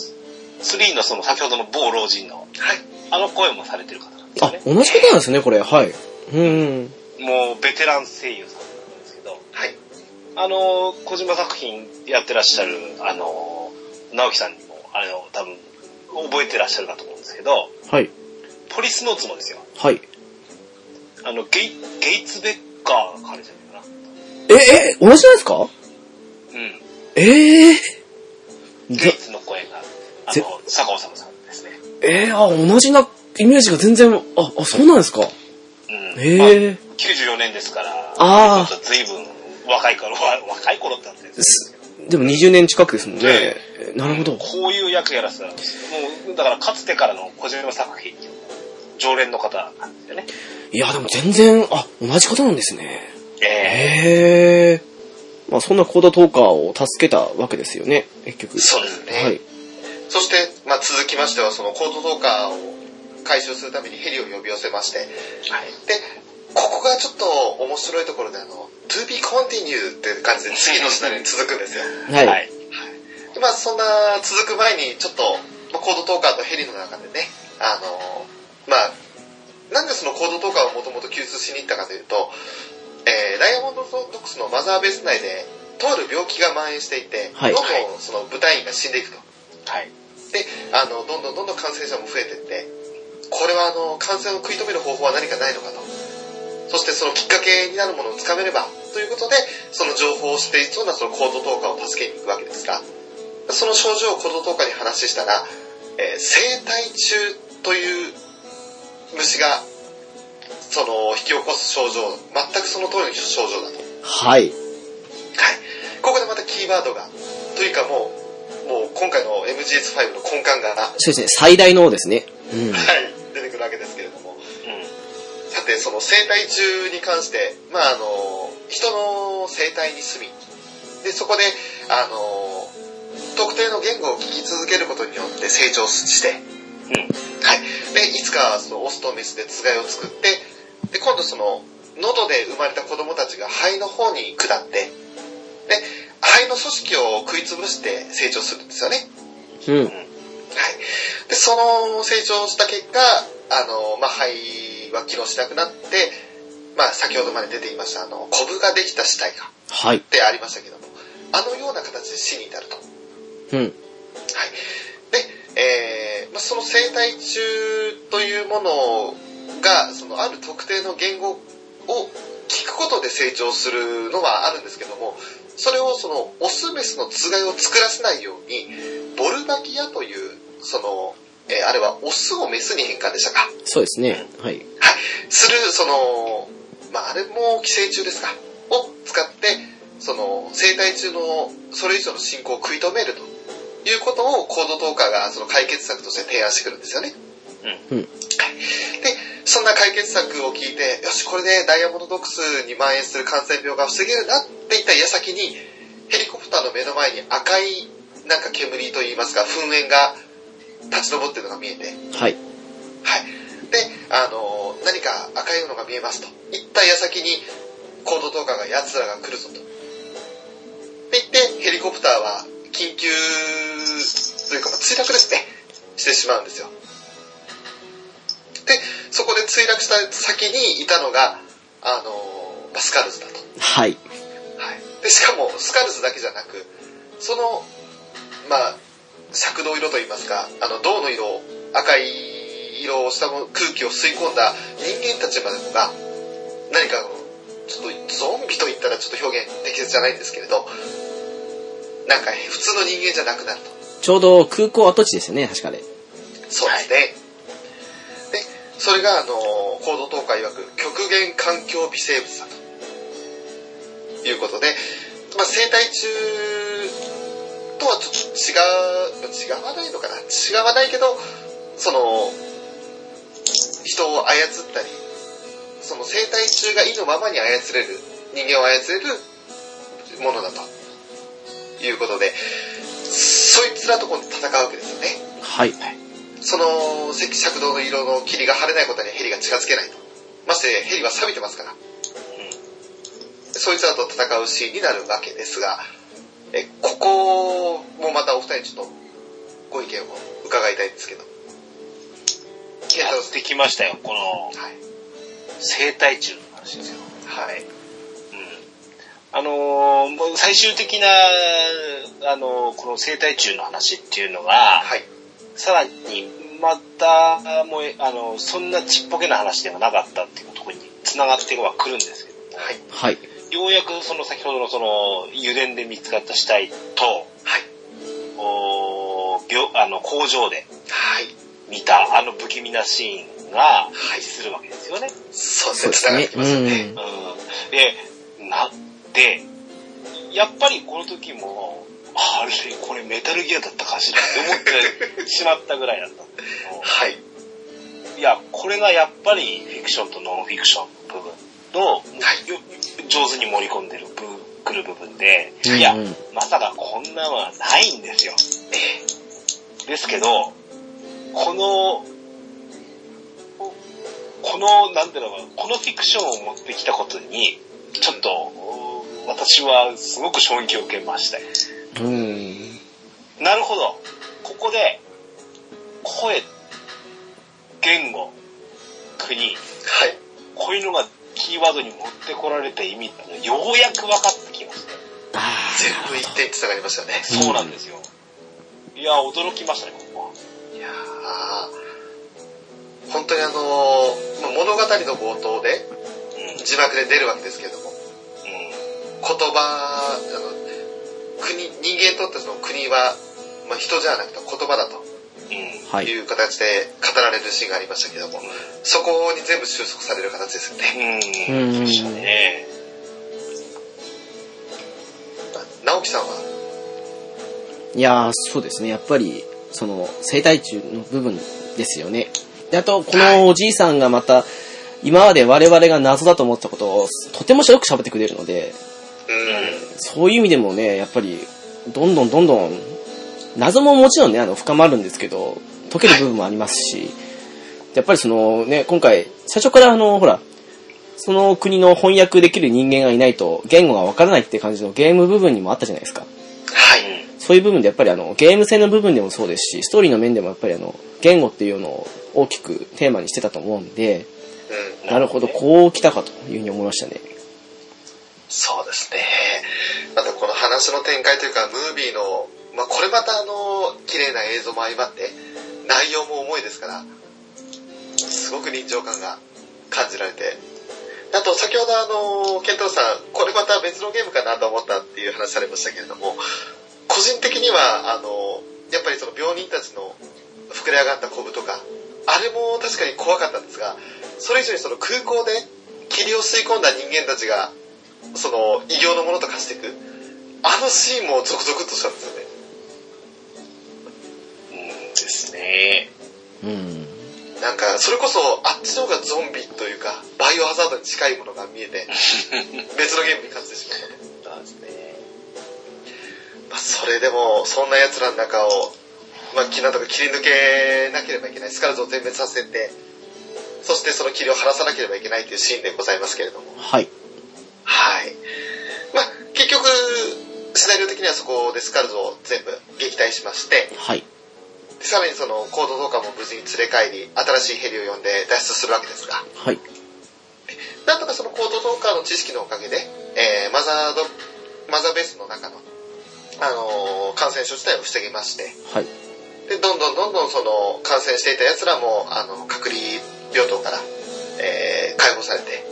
S3: 3のその先ほどの某老人の、
S2: はい。
S3: あの声もされてる方なんですよ
S1: あ
S3: ね、。
S1: 同じことなんですね、これ。はい。うん。
S3: もうベテラン声優さんなんですけど、
S2: はい。
S3: あのー小島作品やってらっしゃる、あのー直樹さんにも、あれを多分、覚えてらっしゃるかと思うんですけど、
S1: はい。
S3: ポリスノーツもですよ。
S1: はい。
S3: あの、ゲイ、ゲイツベッカーが彼じゃないかな。
S1: え、え、同じなんですか
S3: うん。
S1: ええー。
S3: ゲイ
S1: ぜ
S3: ツの声が、あ
S1: ぜ
S3: の、坂尾さんさんですね。
S1: えー、あ、同じな、イメージが全然、あ、あ、そうなんですか
S3: うん。まあ
S1: ええー。
S3: 94年ですから、
S1: あー
S3: ちょっと随分若い頃、わ若い頃って言ったんです
S1: すでも20年近くですもんね。
S2: ね
S1: えなるほど。
S3: こういう役やらせたんですよ。もう、だからかつてからの小島作品っていうのは常連の方なんですよね。
S1: いや、でも全然、あ、同じ方なんですね。
S3: ええ
S1: へえ。まあそんなコードトーカーを助けたわけですよね、結局。
S2: そうですね
S1: はい。
S2: そして、まあ、続きましては、そのコード動画を回収するためにヘリを呼び寄せまして、で、
S3: はい。
S2: ここがちょっと面白いところで、あの、to be continued っていう 感じで次のシナリオに続くんですよ。
S1: はい。
S3: はい。
S2: でまあ、そんな続く前に、ちょっと、まあ、コードトーカーとヘリの中でね、あの、まあ、なんでそのコードトーカーをもともと救出しに行ったかというと、えーダイヤモンドドックスのマザーベース内で、とある病気が蔓延していて、
S1: はい
S2: どんどんその部隊員が死んでいくと。
S3: はい。
S2: で、あの、どんどんどんどん感染者も増えてって、これはあの、感染を食い止める方法は何かないのかと。そしてそのきっかけになるものをつかめれば、ということで、その情報を知っていそうなそのコード投下を助けに行くわけですが、その症状をコード投下に話したら、えー生体中という虫が、その、引き起こす症状、全くその通りの症状だと。
S1: はい。
S2: はい。ここでまたキーワードが、というかもう、もう今回の MGS5 の根幹が、
S1: そうですね、最大のですね。うん。
S2: はい、出てくるわけですけれども。
S3: う
S2: さて、その生態中に関して、まああの、人の生態に住み、で、そこで、あの、特定の言語を聞き続けることによって成長して、はい。
S3: ん。うん。
S2: で、いつかそのオスとメスでつがいを作って、で、今度その、喉で生まれた子供たちが肺の方に下って、で、肺の組織を食い潰して成長するんですよね。
S1: うん。
S2: はい。で、その成長した結果、あの、まあ、肺は機能しなくなって、まあ、先ほどまで出ていました、あの、コブができた死体が、
S1: はい
S2: っ。てありましたけども、あのような形で死に至ると。はい。
S1: うん。
S2: で、えーまあ、その生態中というものが、そのある特定の言語を聞くことで成長するのはあるんですけども、それをそのオスメスのつがいを作らせないように、ボルバキアという、その、えーあれはオスをメスに変換でしたか
S1: そうですね。はい。
S2: する、その、まあ、あれも寄生虫ですか、を使って、その、生態中のそれ以上の進行を食い止めるということを、コードトーカーがその解決策として提案してくるんですよね。
S1: うん
S2: はいで、そんな解決策を聞いて、よし、これでダイヤモンドドックスに蔓延する感染病が防げるなっていった矢先に、ヘリコプターの目の前に赤い、なんか煙といいますか、噴煙が立ち上ってるのが見えて、
S1: はい。
S2: はい。で、あの、何か赤いのが見えますと。一体矢先に、コードトーカーが奴らが来るぞと。って言って、ヘリコプターは、緊急、というか、まあ墜落ですね。してしまうんですよ。で、そこで墜落した先にいたのが、あの、まあスカルズだと。
S1: はい。
S2: はい、でしかもスカルズだけじゃなくそのまあ尺の色といいますかあの銅の色赤い色をしたも空気を吸い込んだ人間たちまでもが何かちょっとゾンビと言ったらちょっと表現適切じゃないんですけれどなんか普通の人間じゃなくなると
S1: ちょうど空港跡地ですよね、確かで。
S2: そうですね、でそれがあの高度東海曰く極限環境微生物だということで、まあ、生態中とはちょっと違う違わないのかな違わないけどその人を操ったりその生態中が意のままに操れる人間を操れるものだということでそいつらと今度戦うわけですよね
S1: はい。
S2: その赤尺道の色の霧が晴れないことにヘリが近づけないと。ましてヘリは錆びてますから。そいつらと戦うシーンになるわけですが、えここもまたお二人にちょっとご意見を伺いたいんですけど。
S3: やってきましたよ、この
S2: はい。
S3: 生態中の話ですよ。
S2: はい。
S3: あのーもう最終的な、あのーこの生態中の話っていうのが、
S2: はい。
S3: さらに、また、もう、あのーそんなちっぽけな話ではなかったっていうところに繋がってはくるんですけど、
S2: はい。
S1: はい。
S3: ようやくその先ほどのその、油田で見つかった死体と、
S2: はい。
S3: おー病あの工場で
S2: はい。
S3: 見たあの不気味なシーンが
S2: はい
S3: 廃止するわけですよね。
S2: そうです
S1: そう
S2: ね。
S1: ですね
S2: 繋がって。きますよね。
S1: うん。
S3: うん、で、なって、やっぱりこの時も、ああれ、これメタルギアだったかしらって思ってしまったぐらいだったんです け
S2: はい。
S3: ど、いや、これがやっぱりフィクションとノンフィクションの部分の、よ上手に盛り込んでる部くる部分で、いや、
S1: うん
S3: まさかこんなんはないんですよ。ですけど、この、この、なんだろうな、このフィクションを持ってきたことに、ちょっと、お私はすごく衝撃を受けましたよ。
S1: うん。
S3: なるほど。ここで、声、言語、国、
S2: はい。
S3: こういうのがキーワードに持ってこられた意味っていうのがようやく分かってきました。
S1: あ
S2: 全部一点に繋がりましたね。
S3: そうなんですよ。いや、驚きましたね、ここは。
S2: いやー本当にあのーまあ物語の冒頭で、
S3: うん。うん。
S2: 字幕で出るわけですけれども言葉あの国人間にとってその国は、まあ、人じゃなくて言葉だと
S3: うん。
S1: あ。はい。
S2: いう形で語られるシーンがありましたけどもそこに全部収束される形ですよね、
S3: うん。そうでしたね。
S2: まあ直樹さんはい
S1: やー、そうですね。やっぱり、その、生態中の部分ですよね。で、あと、このおじいさんがまた、今まで我々が謎だと思ったことを、とてもよく喋ってくれるので、
S2: うん
S1: そういう意味でもね、やっぱり、どんどんどんどん、謎ももちろんね、あの、深まるんですけど、解ける部分もありますし、やっぱりそのね、今回、最初からあの、ほら、その国の翻訳できる人間がいないと、言語がわからないって感じのゲーム部分にもあったじゃないですか。
S2: は
S3: う
S2: い
S3: ん
S1: そういう部分でやっぱりあの、ゲーム性の部分でもそうですし、ストーリーの面でもやっぱりあの、言語っていうのを大きくテーマにしてたと思うんで、
S2: うん。
S1: なるほど、こう来たかというふうに思いましたね。
S2: そうですね。あとこの話の展開というか、ムービーの、まあ、これまたあの、綺麗な映像も相まって、内容も重いですから、すごく臨場感が感じられて。あと、先ほどあの、ケントロウさん、これまた別のゲームかなと思ったっていう話されましたけれども、個人的には、あの、やっぱりその病人たちの膨れ上がったコブとか、あれも確かに怖かったんですが、それ以上にその空港で霧を吸い込んだ人間たちがその異形のものと化していくあのシーンもゾクゾクっとしたんですよね
S3: うんですね。
S1: うん。
S2: なんかそれこそあっちの方がゾンビというかバイオハザードに近いものが見えて別のゲームに感じてしまったと、
S3: そうですね。
S2: まあ、それでもそんな奴らの中をまあ、きなんとか切り抜けなければいけないスカルズを全滅させてそしてその霧を晴らさなければいけないというシーンでございますけれども
S1: はい。
S2: はい。まあ、結局、シナリオ的にはそこでスカルズを全部撃退しまして、
S1: はい。
S2: でさらにそのコード増加も無事に連れ帰り、新しいヘリを呼んで脱出するわけですが、
S1: はい。
S2: なんとかそのコード増加の知識のおかげで、えーマザード、マザーベースの中の、あのー感染症自体を防ぎまして、
S1: はい。
S2: で、どんどんどんどんその感染していた奴らも、あの、隔離病棟から、えー解放されて、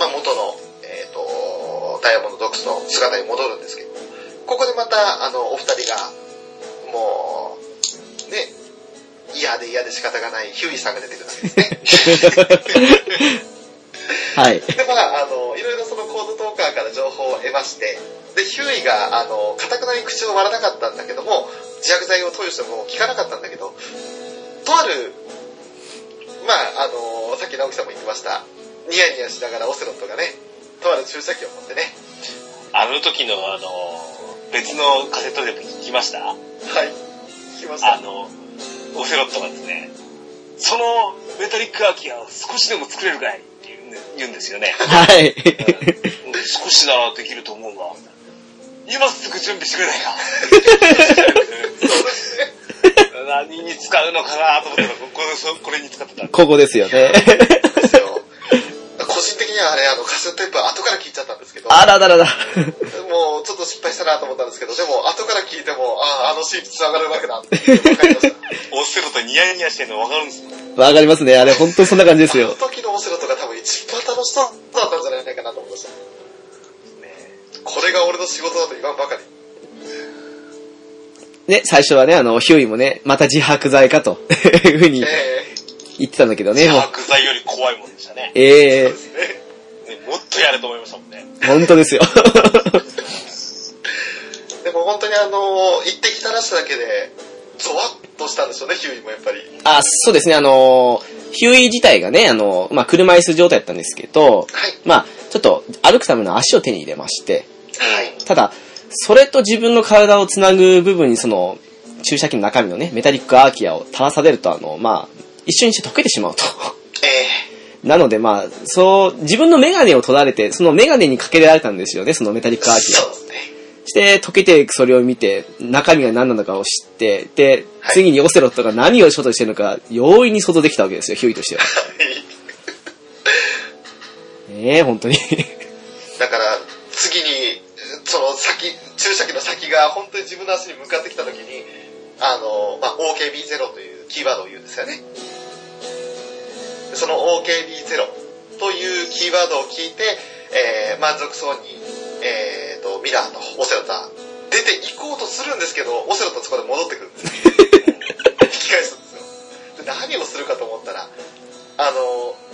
S2: まあ、元の、えっ、と、ダイヤモンドドックスの姿に戻るんですけど、ここでまた、あの、お二人が、もう、ね、嫌で嫌で仕方がないヒューイさんが出てくるわけですね。
S1: はい。
S2: で、まあ、あの、いろいろそのコードトーカーから情報を得まして、で、ヒューイが、あの、かたくなに口を割らなかったんだけども、自白剤を投与しても効かなかったんだけど、とある、まあ、あの、さっき直樹さんも言ってました、ニヤニヤしながらオセロットがね、とある注射器を持ってね、
S3: あの時のあの、別のカセットテープ聞きました
S2: はい、聞きました。
S3: あ
S2: はい。
S3: の、オセロットがですね、そのメタリックアーキが少しでも作れるかいって言うんで言うんですよね。
S1: はい。
S3: うん少しならできると思うわ。今すぐ準備してくれないか。何に使うのかなと思ったら、これそこれに使ってたんで
S1: ここですよね。
S2: 個人的にはあれ、あの、カセットテープ後から聞いちゃったんですけど、
S1: あらだらだ。
S2: もうちょっと失敗したなと思ったんですけど、でも後から聞いても、ああ、あのシーンに繋がるわけだって分かりました。
S3: オセロとニヤニヤしてるの分かるんですよ。
S1: わかりますね。あれ、本当にそんな感じですよ。
S2: あの時のオセロとか多分一番楽しそうだったんじゃないかなと思いました。これが俺の仕事だと言わんばかり。
S1: ね、最初はね、あの、ヒューイもね、また自白剤かというふうに
S2: ええ
S1: 言ってたんだけどね、もう。
S3: 白剤より怖いもんでしたね。
S1: ええ
S3: ねもっとやれと思いましたもんね。
S1: 本当ですよ。
S2: でも本当にあの、一滴垂らしただけで、ゾワッとしたんでしょうね、ヒューイもやっぱり。はい。
S1: あ、そうですね、あの、ヒューイ自体がね、あの、まあ、車椅子状態だったんですけど、まあ、ちょっと歩くための足を手に入れまして、
S2: はい。
S1: ただ、それと自分の体をつなぐ部分にその、注射器の中身のね、メタリックアーキアを垂らされると、あの、まあ、一瞬にして溶けてしまうと。
S2: え
S1: なのでまあ、そう、自分のメガネを取られて、そのメガネにかけられたんですよね、そのメタリッ
S2: え
S1: クアーキア
S2: そうですね。
S1: して、溶けていくそれを見て、中身が何なのかを知って、で、
S2: はい
S1: 次にオセロットが何をしようとしてるのか、容易に想像できたわけですよ、ヒューイとしては。
S2: はい。
S1: ねえ、本当に。
S2: だから、次に、その先、注射器の先が本当に自分の足に向かってきた時に、あの、まあ、OKB0 というキーワードを言うんですよね。その OKB0 というキーワードを聞いて、えー満足そうに、えーと、ミラーとオセロタ、出て行こうとするんですけど、オセロタそこで戻ってくるんですよ。引き返すんですよ。で何をするかと思ったら、あ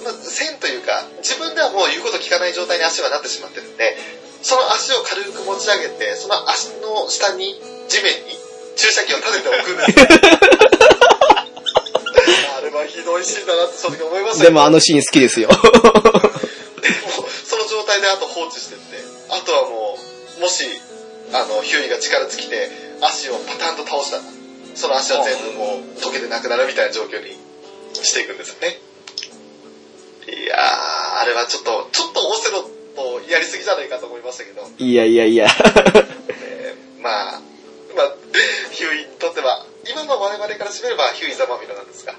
S2: の、まあ、線というか、自分ではもう言うこと聞かない状態に足はなってしまってるんで、その足を軽く持ち上げて、その足の下に、地面に、注射器を立ててお くんですよ。あれはひどいシーンだなって正直思いました
S1: で
S2: けど
S1: もあのシーン好きですよ。
S2: もう その状態であと放置してって、あとはもう、もし、あの、ヒューイが力尽きて、足をパタンと倒したら、その足は全部もう溶けてなくなるみたいな状況にしていくんですよね。いやー、あれはちょっと、ちょっとオセロとやりすぎじゃないかと思いましたけど、
S1: いやいやいや。
S2: えーまあ、ヒューイにとっては、今の我々からすればヒューイザマミロなんですが、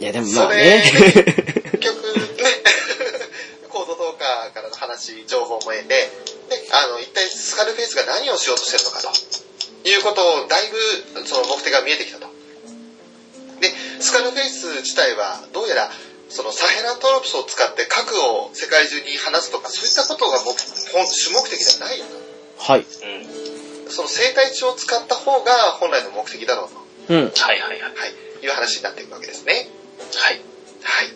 S1: いや、でもまあね。
S2: 結局ね、 コードトーカーからの話、情報も得て、ね、あの、一体スカルフェイスが何をしようとしてるのかと、いうことを、だいぶ、その目的が見えてきたと。で、スカルフェイス自体は、どうやら、そのサヘラントロプスを使って核を世界中に放つとか、そういったことが目本主目的ではないよと。
S1: はい。
S2: その生態値を使った方が本来の目的だろうと、
S1: うん。
S3: はいはいはい。
S2: はい、いう話になっていくわけですね。
S3: はい。
S2: はい。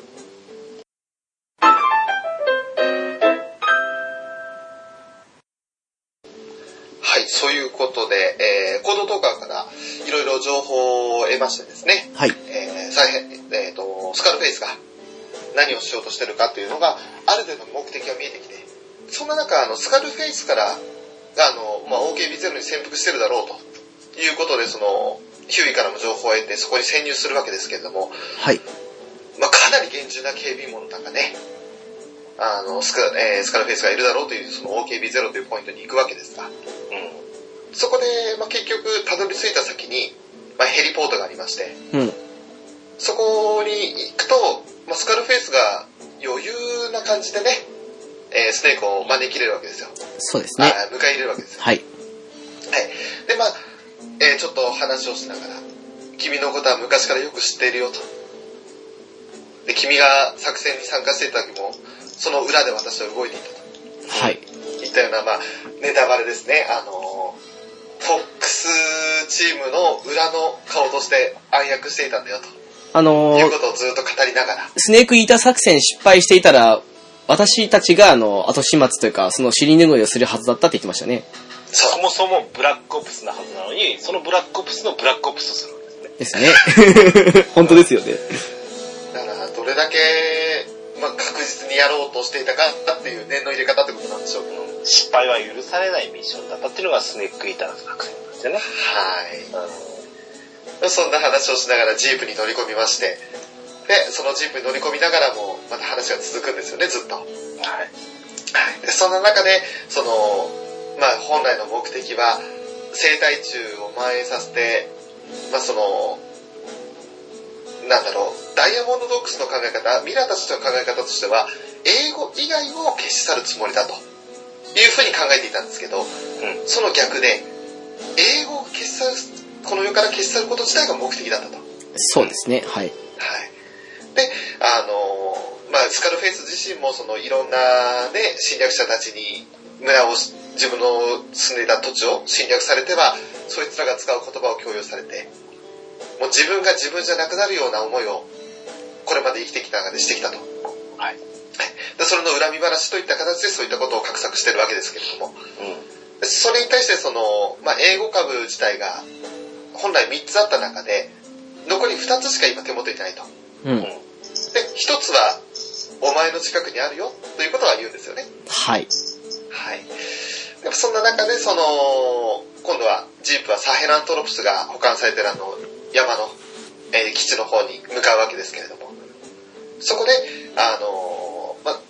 S2: はい、そういうことで、えー、コードトーカーからいろいろ情報を得ましてですね、
S1: はい。
S2: えー、再編、えーと、スカルフェイスが何をしようとしてるかというのが、ある程度の目的が見えてきて、そんな中、あの、スカルフェイスから、あの、まあ、OKB0 に潜伏してるだろうということで、その、ヒューイからも情報を得て、そこに潜入するわけですけれども、
S1: はい。
S2: まあ、かなり厳重な警備員もの中ね、あのスカ,、えースカラフェイスがいるだろうというその OKB0 というポイントに行くわけですが、そこで、まあ、結局たどり着いた先に、まあ、ヘリポートがありまして、
S1: うん。
S2: そこに行くと、まあ、スカルフェイスが余裕な感じでね、えースネークを招き入れるわけですよ。
S1: そうですね。
S2: あー迎え入れるわけですよ。
S1: はい。
S2: はい。で、まあ、えーちょっと話をしながら、君のことは昔からよく知っているよと。で、君が作戦に参加していた時も、その裏で私は動いていたと。
S1: はい。
S2: いったような、まあ、ネタバレですね。あのー、フォックスチームの裏の顔として暗躍していたんだよと。
S1: あの
S2: いう
S1: ー
S2: こ、とをずっと語りながら。
S1: スネークイーター作戦失敗していたら、私たちが、あの、後始末というか、その尻拭いをするはずだったって言ってましたね。
S2: そう
S3: そ。もそもブラックオプスなはずなのに、そのブラックオプスのブラックオプスとするわけですね。
S1: です ね。本当ですよね。
S2: だから、どれだけ、まあ、確実にやろうとしていたかっていう念の入れ方ってことなんでしょうけど。
S3: うん失敗は許されないミッションだったっていうのがスネークイーターの作戦なんですよね。
S2: はい。
S3: う
S2: そんな話をしながらジープに乗り込みまして、で、そのジープに乗り込みながらも、また話が続くんですよね、ずっと。は
S3: んはい。
S2: い。で、そんな中で、その、まあ、本来の目的は、生態中を蔓延させて、まあ、その、なんだろう、ダイヤモンドドックスの考え方、ミラたちの考え方としては、英語以外を消し去るつもりだと、いうふうに考えていたんですけど、
S3: うん。
S2: その逆で、英語を消し去る、この世から消し去ること自体が目的だったと。
S1: そうですね。はい。
S2: はい。で、あのーまあ、スカルフェイス自身も、その、いろんなね、侵略者たちに、村を、自分の住んでいた土地を侵略されては、そいつらが使う言葉を強要されて、もう自分が自分じゃなくなるような思いを、これまで生きてきた中でしてきたと。
S3: はい。
S2: で、それの恨み話といった形でそういったことを画策してるわけですけれども、それに対してその、まあ、英語株自体が、本来3つあった中で、残り2つしか今手元にないと。
S1: う
S3: うん。うん
S1: ん。。
S2: で、一つは、お前の近くにあるよ、ということは言うんですよね。
S1: はい。
S2: はい。でもそんな中で、その、今度は、ジープはサヘラントロプスが保管されてるあの、山の、えー基地の方に向かうわけですけれども、そこで、あのーまあ、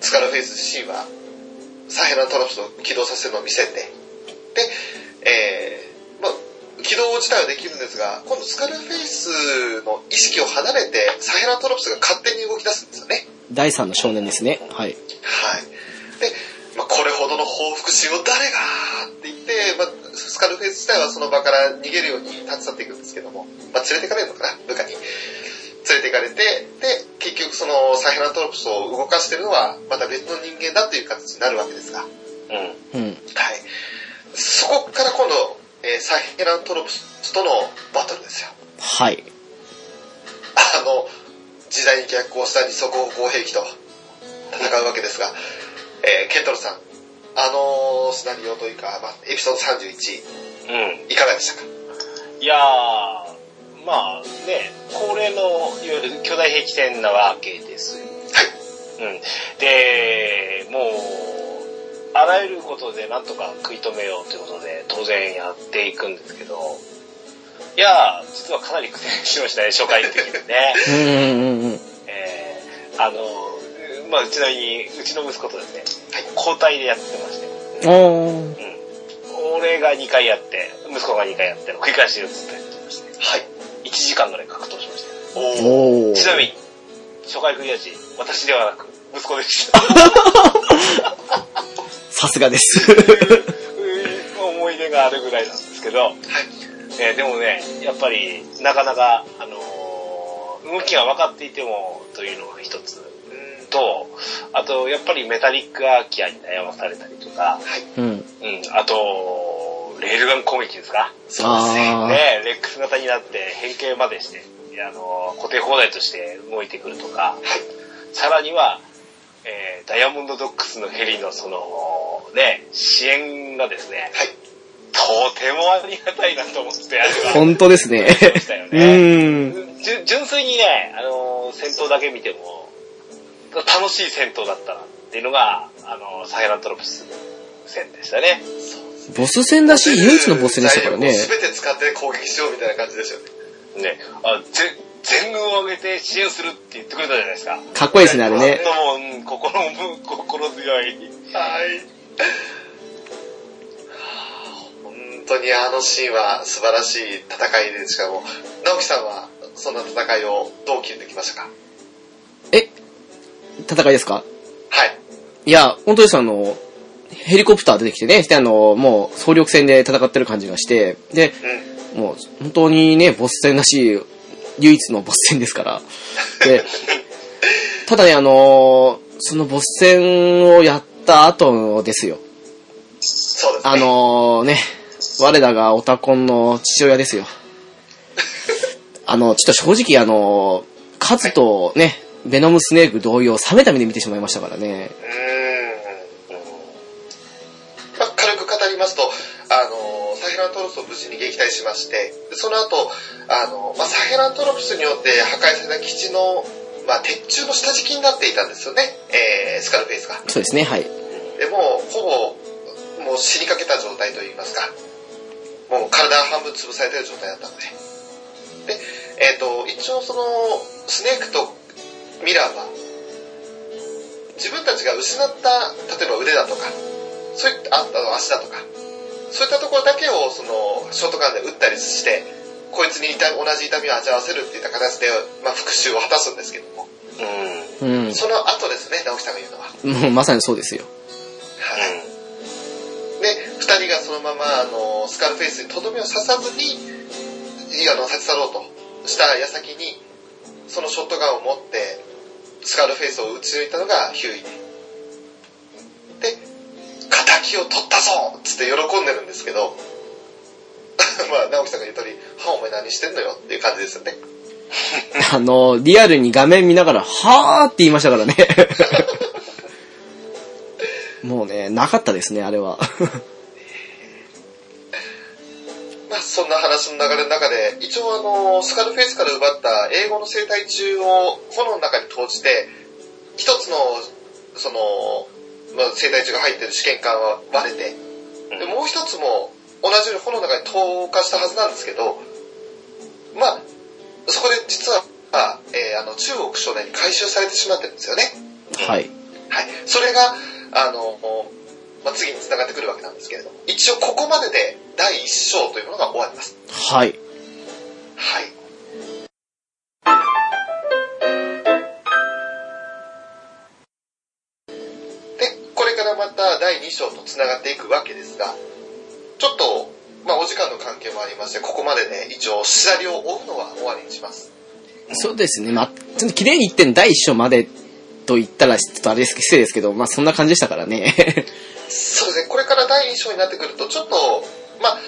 S2: スカルフェイス自身は、サヘラントロプスを起動させるのを見せて、で、えーまあ、起動自体はできるんですが、今度スカルフェイスの意識を離れて、サヘラントロプスが勝手に動き出すんですよね。
S1: 第三の少年ですね。はい。
S2: はい。で、まあ、これほどの報復心を誰がって言って、まあ、スカルフェイス自体はその場から逃げるように立ち去っていくんですけども、まあ、連れてかれるのかな、部下に。連れていかれて、で、結局そのサヘラントロプスを動かしてるのは、また別の人間だっていう形になるわけですが、はい。
S3: うん。
S1: うん。
S2: そこから今度、えーサヘラントロプスとのバトルですよ。
S1: はい。
S2: あの、時代に逆行した二足歩行兵器と戦うわけですが、えーケントロさん、あのシナリオというか、まあ、エピソード31、
S3: うん。
S2: いかがでしたか
S3: いやー、まあね、恒例のいわゆる巨大兵器店なわけですよ。うん。で、もう、あらゆることでなんとか食い止めようということで、当然やっていくんですけど、いやー、実はかなり苦戦しましたね、初回的にね。
S1: うんうんうんうん。
S3: えー、あの、まあ、ちなみに、うちの息子とですね、交代でやってまして、
S1: おー。
S3: うん俺が2回やって、息息子が2回やって、繰り返しですってやってまして、
S2: はい。
S3: 1時間ぐらい格闘しました。
S2: おお。
S1: おー。
S3: ちなみに、初回クリア時、私ではなく、息子で した。
S1: さすがです。
S3: 思い出があるぐらいなんですけど、えーでもね、やっぱり、なかなか、あのー動きが分かっていても、というのが一つ
S2: うんと、
S3: と、あと、やっぱりメタリックアーキアに悩まされたりとか、
S1: うん。
S3: うん、あと、レールガン攻撃ですか
S2: そうですね。
S1: あ
S3: ね、レックス型になって変形までして、あの、固定放題として動いてくるとか、さらには、えーダイヤモンドドックスのヘリのその、ね、支援がですね、
S2: はい。
S3: とてもありがたいなと思って、あれ
S1: ー。
S3: は。
S1: 本当ですね。
S3: でしたよ
S1: う
S3: ね。
S1: ーん。
S3: じゅ純粋にね、あの、戦闘だけ見ても、楽しい戦闘だったなっていうのが、あの、サイラントロプス戦でしたね。
S1: ボス戦だし、唯一のボス戦でしたからね。
S2: 全て使って攻撃しようみたいな感じですよね。
S3: ね、あ、ぜ、全軍を挙げて支援するって言ってくれたじゃないですか。
S1: かっこいいですね、あれね。
S3: もう、うん心も、心強
S2: は
S3: い。
S2: い。本当にあのシーンは素晴らしい戦いでしかも、直樹さんはそんな戦いをどう切ってきましたか
S1: え、戦いですか
S2: はい。
S1: いや、本当です、あの、ヘリコプター出てきてね、してあの、もう、総力戦で戦ってる感じがして、で、
S2: うん。
S1: もう、本当にね、ボス戦らしい、唯一のボス戦ですから。 で、ただね、あの、そのボス戦をやった後ですよ。
S2: そうですね。
S1: あのね、我らがオタコンの父親 ですよ。あの、ちょっと正直あの、カズとね、ベノムスネーク同様、冷めた目で見てしまいましたからね。
S2: うーんまあ、軽く語りますと、あの、サヘラントロプスを無事に撃退しまして、その後、あの、まあ、サヘラントロプスによって破壊された基地の、まあ、鉄柱の下敷きになっていたんですよね、えースカルフェイスが。
S1: そうですね、はい。
S2: でもう、ほぼ、もう死にかけた状態といいますか、もう体半分潰されてる状態だったので。で、えっ、と、一応その、スネークとミラーは、自分たちが失った、例えば腕だとか、そういった、ああの足だとか、そういったところだけを、その、ショートガンで撃ったりして、こいつに痛み同じ痛みを味わわせるっていった形で、まあ、復讐を果たすんですけども、
S3: うん。うん。
S1: うん。
S2: その後ですね、直樹さんが言うのは。
S1: もうまさにそうですよ。
S2: はい。で、二人がそのまま、あの、スカルフェイスにとどめを刺さずに、いあの、立ち去ろうとした矢先に、そのショットガンを持って、スカルフェイスを撃ち抜いたのがヒューイで。で、仇を取ったぞっつって喜んでるんですけど、 まあ、直樹さんが言う通り、はお前何してんのよっていう感じですよね。
S1: あの、リアルに画面見ながら、はーって言いましたから ね。もうね、なかったですね、あれは。
S2: まあ、そんな話の流れの中で、一応あの、スカルフェイスから奪った英語の生態中を炎の中に投じて、一つの、その、まあ、生態中が入ってる試験管は割れて、でもう一つも同じように炎の中に投下したはずなんですけど、まあ、そこで実は、えーあの、中国少年に回収されてしまってるんですよね。
S1: はい。
S2: はい。それが、あの、まあ、次に繋がってくるわけなんですけれども、一応ここまでで第一章というものが終わります。
S1: はい。
S2: はい。で、これからまた第2章と繋がっていくわけですが、ちょっと、まあお時間の関係もありまして、ここまでで、ね、一応シナリオを追うのは終わりにします。
S1: そうですね、まあ、ちょっと綺麗に言ってん第一章までと言ったら、ちょっとあれです失礼ですけど、まあそんな感じでしたからね。
S2: そうですね、これから第2章になってくると、ちょっと、まあ、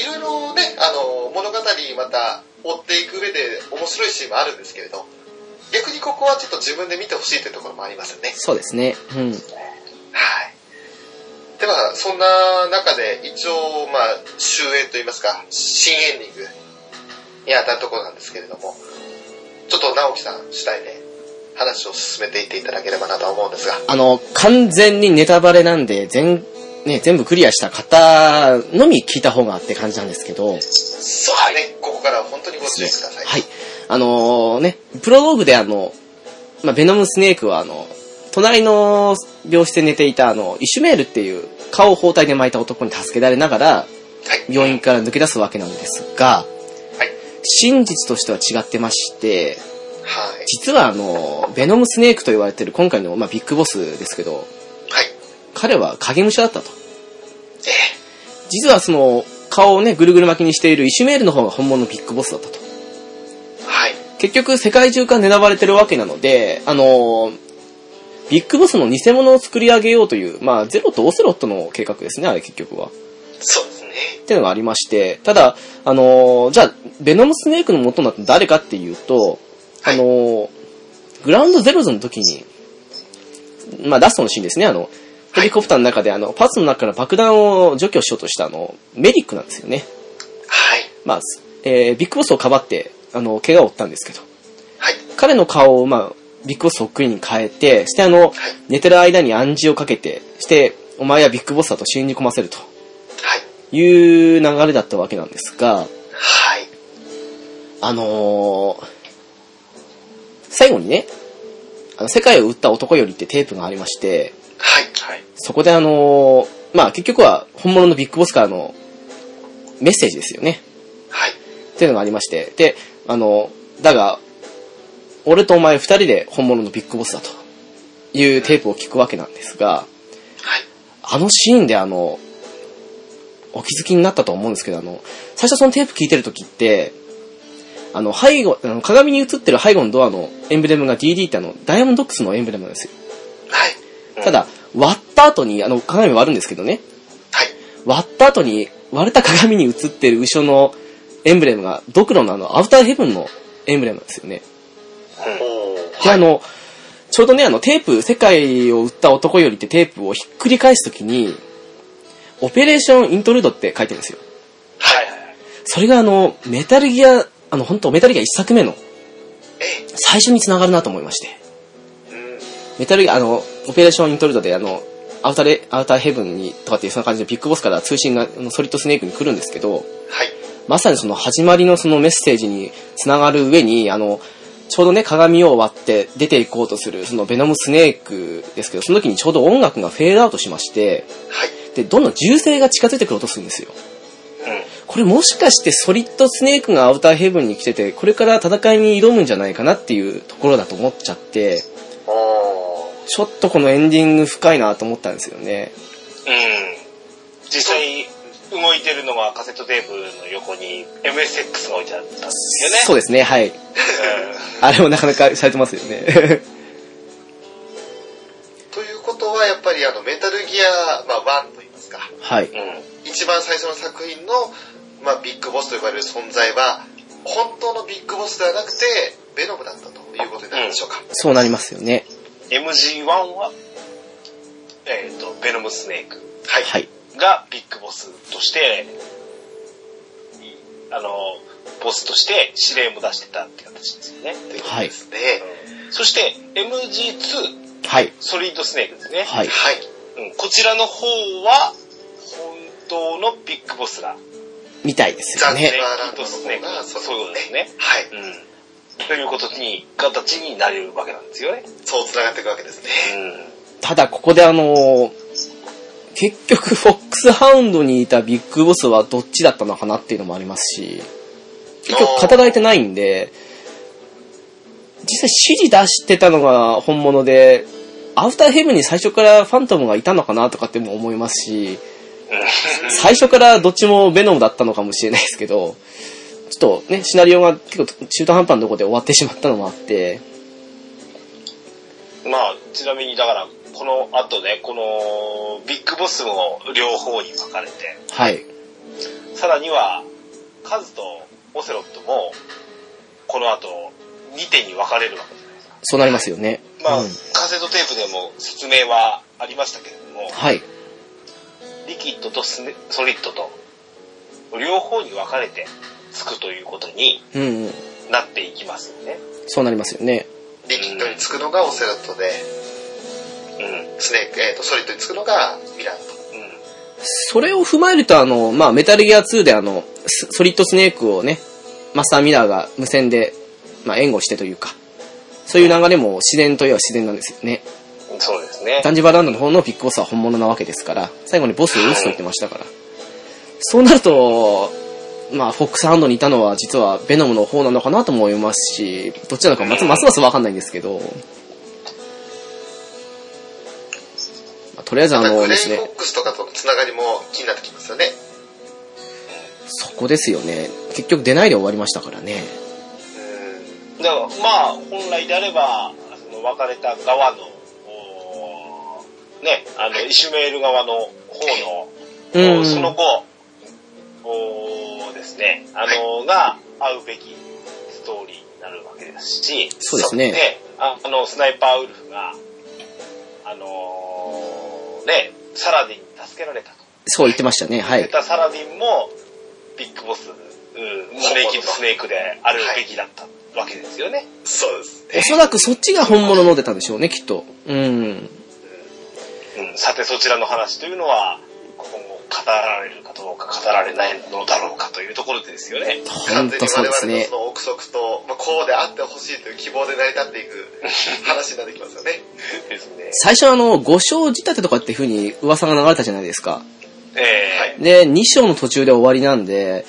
S2: いろいろね、あの、物語また追っていく上で面白いシーンもあるんですけれど、逆にここはちょっと自分で見てほしいというところもありますよね。
S1: そうですね。うん。
S2: はい。では、そんな中で、一応、まあ、終焉といいますか、新エンディングに当たるところなんですけれども、ちょっと直樹さん主体で話を進めていっていただければなとは思うんですが、
S1: あの、完全にネタバレなんで、全、ね、全部クリアした方のみ聞いた方がって感じなんですけど、
S2: そうですね、ここからは本当にご注意ください。
S1: はい。あのね、プロローグであの、まあ、ベノムスネークはあの、隣の病室で寝ていたあの、イシュメールっていう顔を包帯で巻いた男に助けられながら、
S2: はい。
S1: 病院から抜け出すわけなんですが、
S2: はい。
S1: 真実としては違ってまして、
S2: はい。
S1: 実はあの、ベノムスネークと言われてる今回の、まあ、ビッグボスですけど、
S2: はい。
S1: 彼は影武者だったと。
S2: え
S1: 実はその、顔をね、ぐるぐる巻きにしているイシュメールの方が本物のビッグボスだったと。
S2: えはい。
S1: 結局、世界中から狙われてるわけなので、あの、ビッグボスの偽物を作り上げようという、まあ、ゼロとオセロットの計画ですね、あれ結局は。
S2: そうですね。
S1: っていうのがありまして、ただ、あのーじゃあ、ベノムスネークの元になったの誰かっていうと、
S2: はい
S1: あのーグラウンドゼロズの時に、まあ、ラストのシーンですね、あの、ヘリコプターの中で、あの、パーツの中から爆弾を除去しようとした、あの、メリックなんですよね。
S2: はい。
S1: まあ、えービッグボスをかばって、あの、怪我を負ったんですけど、
S2: はい。
S1: 彼の顔を、まあ、ビッグボスそっくりに変えて、してあの、
S2: はい。
S1: 寝てる間に暗示をかけて、して、お前はビッグボスだと信じ込ませると
S2: はい。
S1: いう流れだったわけなんですが、
S2: はい。
S1: あのー、最後にね、あの、世界を売った男よりってテープがありまして、
S2: はい。
S3: はい。
S1: そこであのー、まあ結局は本物のビッグボスからのメッセージですよね。
S2: はい。
S1: っていうのがありまして、で、あのー、だが、俺とお前二人で本物のビッグボスだというテープを聞くわけなんですが、
S2: はい。
S1: あのシーンであの、お気づきになったと思うんですけど、あの、最初そのテープ聞いてる時って、あの、背後、あの鏡に映ってる背後のドアのエンブレムが DD ってあの、ダイヤモンドドックスのエンブレムなんですよ。
S2: はい。
S1: ただ、割った後に、あの、鏡割るんですけどね、
S2: はい。
S1: 割った後に、割れた鏡に映ってる後ろのエンブレムが、ドクロのあの、アウターヘブンのエンブレムなんですよね。
S2: お
S1: で、あの、ちょうどね、あの、テープ、世界を売った男よりってテープをひっくり返すときに、オペレーションイントルードって書いてるんですよ。
S2: はい。
S1: それがあの、メタルギア、あの、本当メタルギア一作目の
S2: え
S1: 最初に繋がるなと思いまして。
S2: え。うん。
S1: メタルギア、あの、オペレーションイントルードであの、アウターレ、アウターヘブンに、とかっていうそんな感じでビッグボスから通信が、あのソリッドスネークに来るんですけど、
S2: はい。
S1: まさにその始まりのそのメッセージに繋がる上に、あの、ちょうどね、鏡を割って出ていこうとする、そのベノムスネークですけど、その時にちょうど音楽がフェードアウトしまして、
S2: はい。
S1: で、どんどん銃声が近づいてくる音するんですよ。これもしかしてソリッドスネークがアウターヘブンに来てて、これから戦いに挑むんじゃないかなっていうところだと思っちゃって、
S2: おー。
S1: ちょっとこのエンディング深いなと思ったんですよね。
S3: うん。実際、動いてるのがカセットテープの横に MSX が置いてあったんですよね。
S1: そうですね、はい。あれもなかなかされてますよね。
S2: ということは、やっぱりあの、メタルギア、まあ、1と言いますか。
S1: はい。
S3: うん。うん。
S2: 一番最初の作品の、まあ、ビッグボスと呼ばれる存在は、本当のビッグボスではなくて、ベノムだったということになるんでしょうか。
S1: そうなりますよね。
S3: MG1 は、えっ、と、ベノムスネーク
S2: はい。
S1: はい。
S3: がビッグボスとして、あの、ボスとして指令も出してたって形ですよね。
S1: はい
S2: ですね。
S3: そして、MG2、
S1: はい。
S3: ソリッドスネークですね。
S1: はい。
S2: はい。
S3: うんこちらの方は、本当のビッグボスが、
S1: みたいですよ
S2: 残念
S1: ね。
S2: なが
S3: ビッグボスネーク
S2: ら、
S3: そういうことですね。
S2: はい。
S3: うん。ということに、形になれるわけなんですよね。
S2: そう繋がっていくわけですね。
S1: ただここであのー結局フォックスハウンドにいたビッグボスはどっちだったのかなっていうのもありますし、結局語られてないんで、実際指示出してたのが本物で、アウターヘブンに最初からファントムがいたのかなとかっても思いますし、
S3: う
S1: 最初からどっちもベノムだったのかもしれないですけど、ちょっとね、シナリオが結構中途半端なところで終わってしまったのもあって、
S3: ん。まあ、ちなみに、だから、この後ね、この、ビッグボスも両方に分かれて、
S1: はい。
S3: さらには、カズとオセロットも、この後、2点に分かれるわけじゃないですか。
S1: そうなりますよね。
S3: まあ、
S1: うん
S3: カセットテープでも説明はありましたけれども、
S1: はい。
S3: リキッドとスネソリッドと、両方に分かれてつくということに
S1: うん、うん。
S3: なっていきますよね。
S1: そうなりますよね。
S2: リキッドにつくのがオセロットで、
S3: うん。
S2: スネーク、えっ、と、ソリッドにつくのがミランと。
S3: うん。
S1: それを踏まえると、あの、まあ、メタルギア2であの、スソリッドスネークをね、マスターミラーが無線で、まあ、援護してというか、そういう流れも自然といえば自然なんですよね。
S3: そ うですね。
S1: ダンジバランドの方のビッグボスは本物なわけですから、最後にボスを打つと言ってましたから。そうなると、まあ、フォックスハンドにいたのは実はベノムの方なのかなとも思いますし、どっちなのかますますますわかんないんですけど、まあとりあえずあ
S2: ま
S1: の
S2: あグレ
S1: で
S2: イ
S1: す
S2: フォ
S1: ね、
S2: ックスとかとのつながりも気になってきますよね。
S1: そこですよね。結局出ないで終わりましたからね。
S2: うん。
S3: だからまあ本来であればその別れた側のおーねあのイシュメール側の方の、
S1: うん
S3: おーその後おーですねあのが会うべきストーリーになるわけですし
S1: そうですね
S3: ああのスナイパーウルフがあのーねサラディンに助けられたと。
S1: そう言ってましたね、は
S3: 言っ
S1: い。
S3: たサラディンもビッグボス、うんスネーキーとスネークであるべきだったわけですよね。
S2: そうです
S1: お
S2: ね。
S1: そらくそっちが本物の出たんでしょうね、きっと。うん。
S3: うんさてそちらの話というのは今後語られるかどうか語られないのだろうかというところですよね。
S1: ほ
S2: 完
S1: ん
S2: 全
S1: と
S2: に
S1: そう
S2: 我
S1: です
S2: 々の
S1: ね
S2: そ。の憶測と、まあ、こうであってほしいという希望で成り立っていく話になってきますよね。
S3: ですね。
S1: 最初あの、5章仕立てとかっていう風に噂が流れたじゃないですか。
S3: え
S1: で、2章の途中で終わりなんで、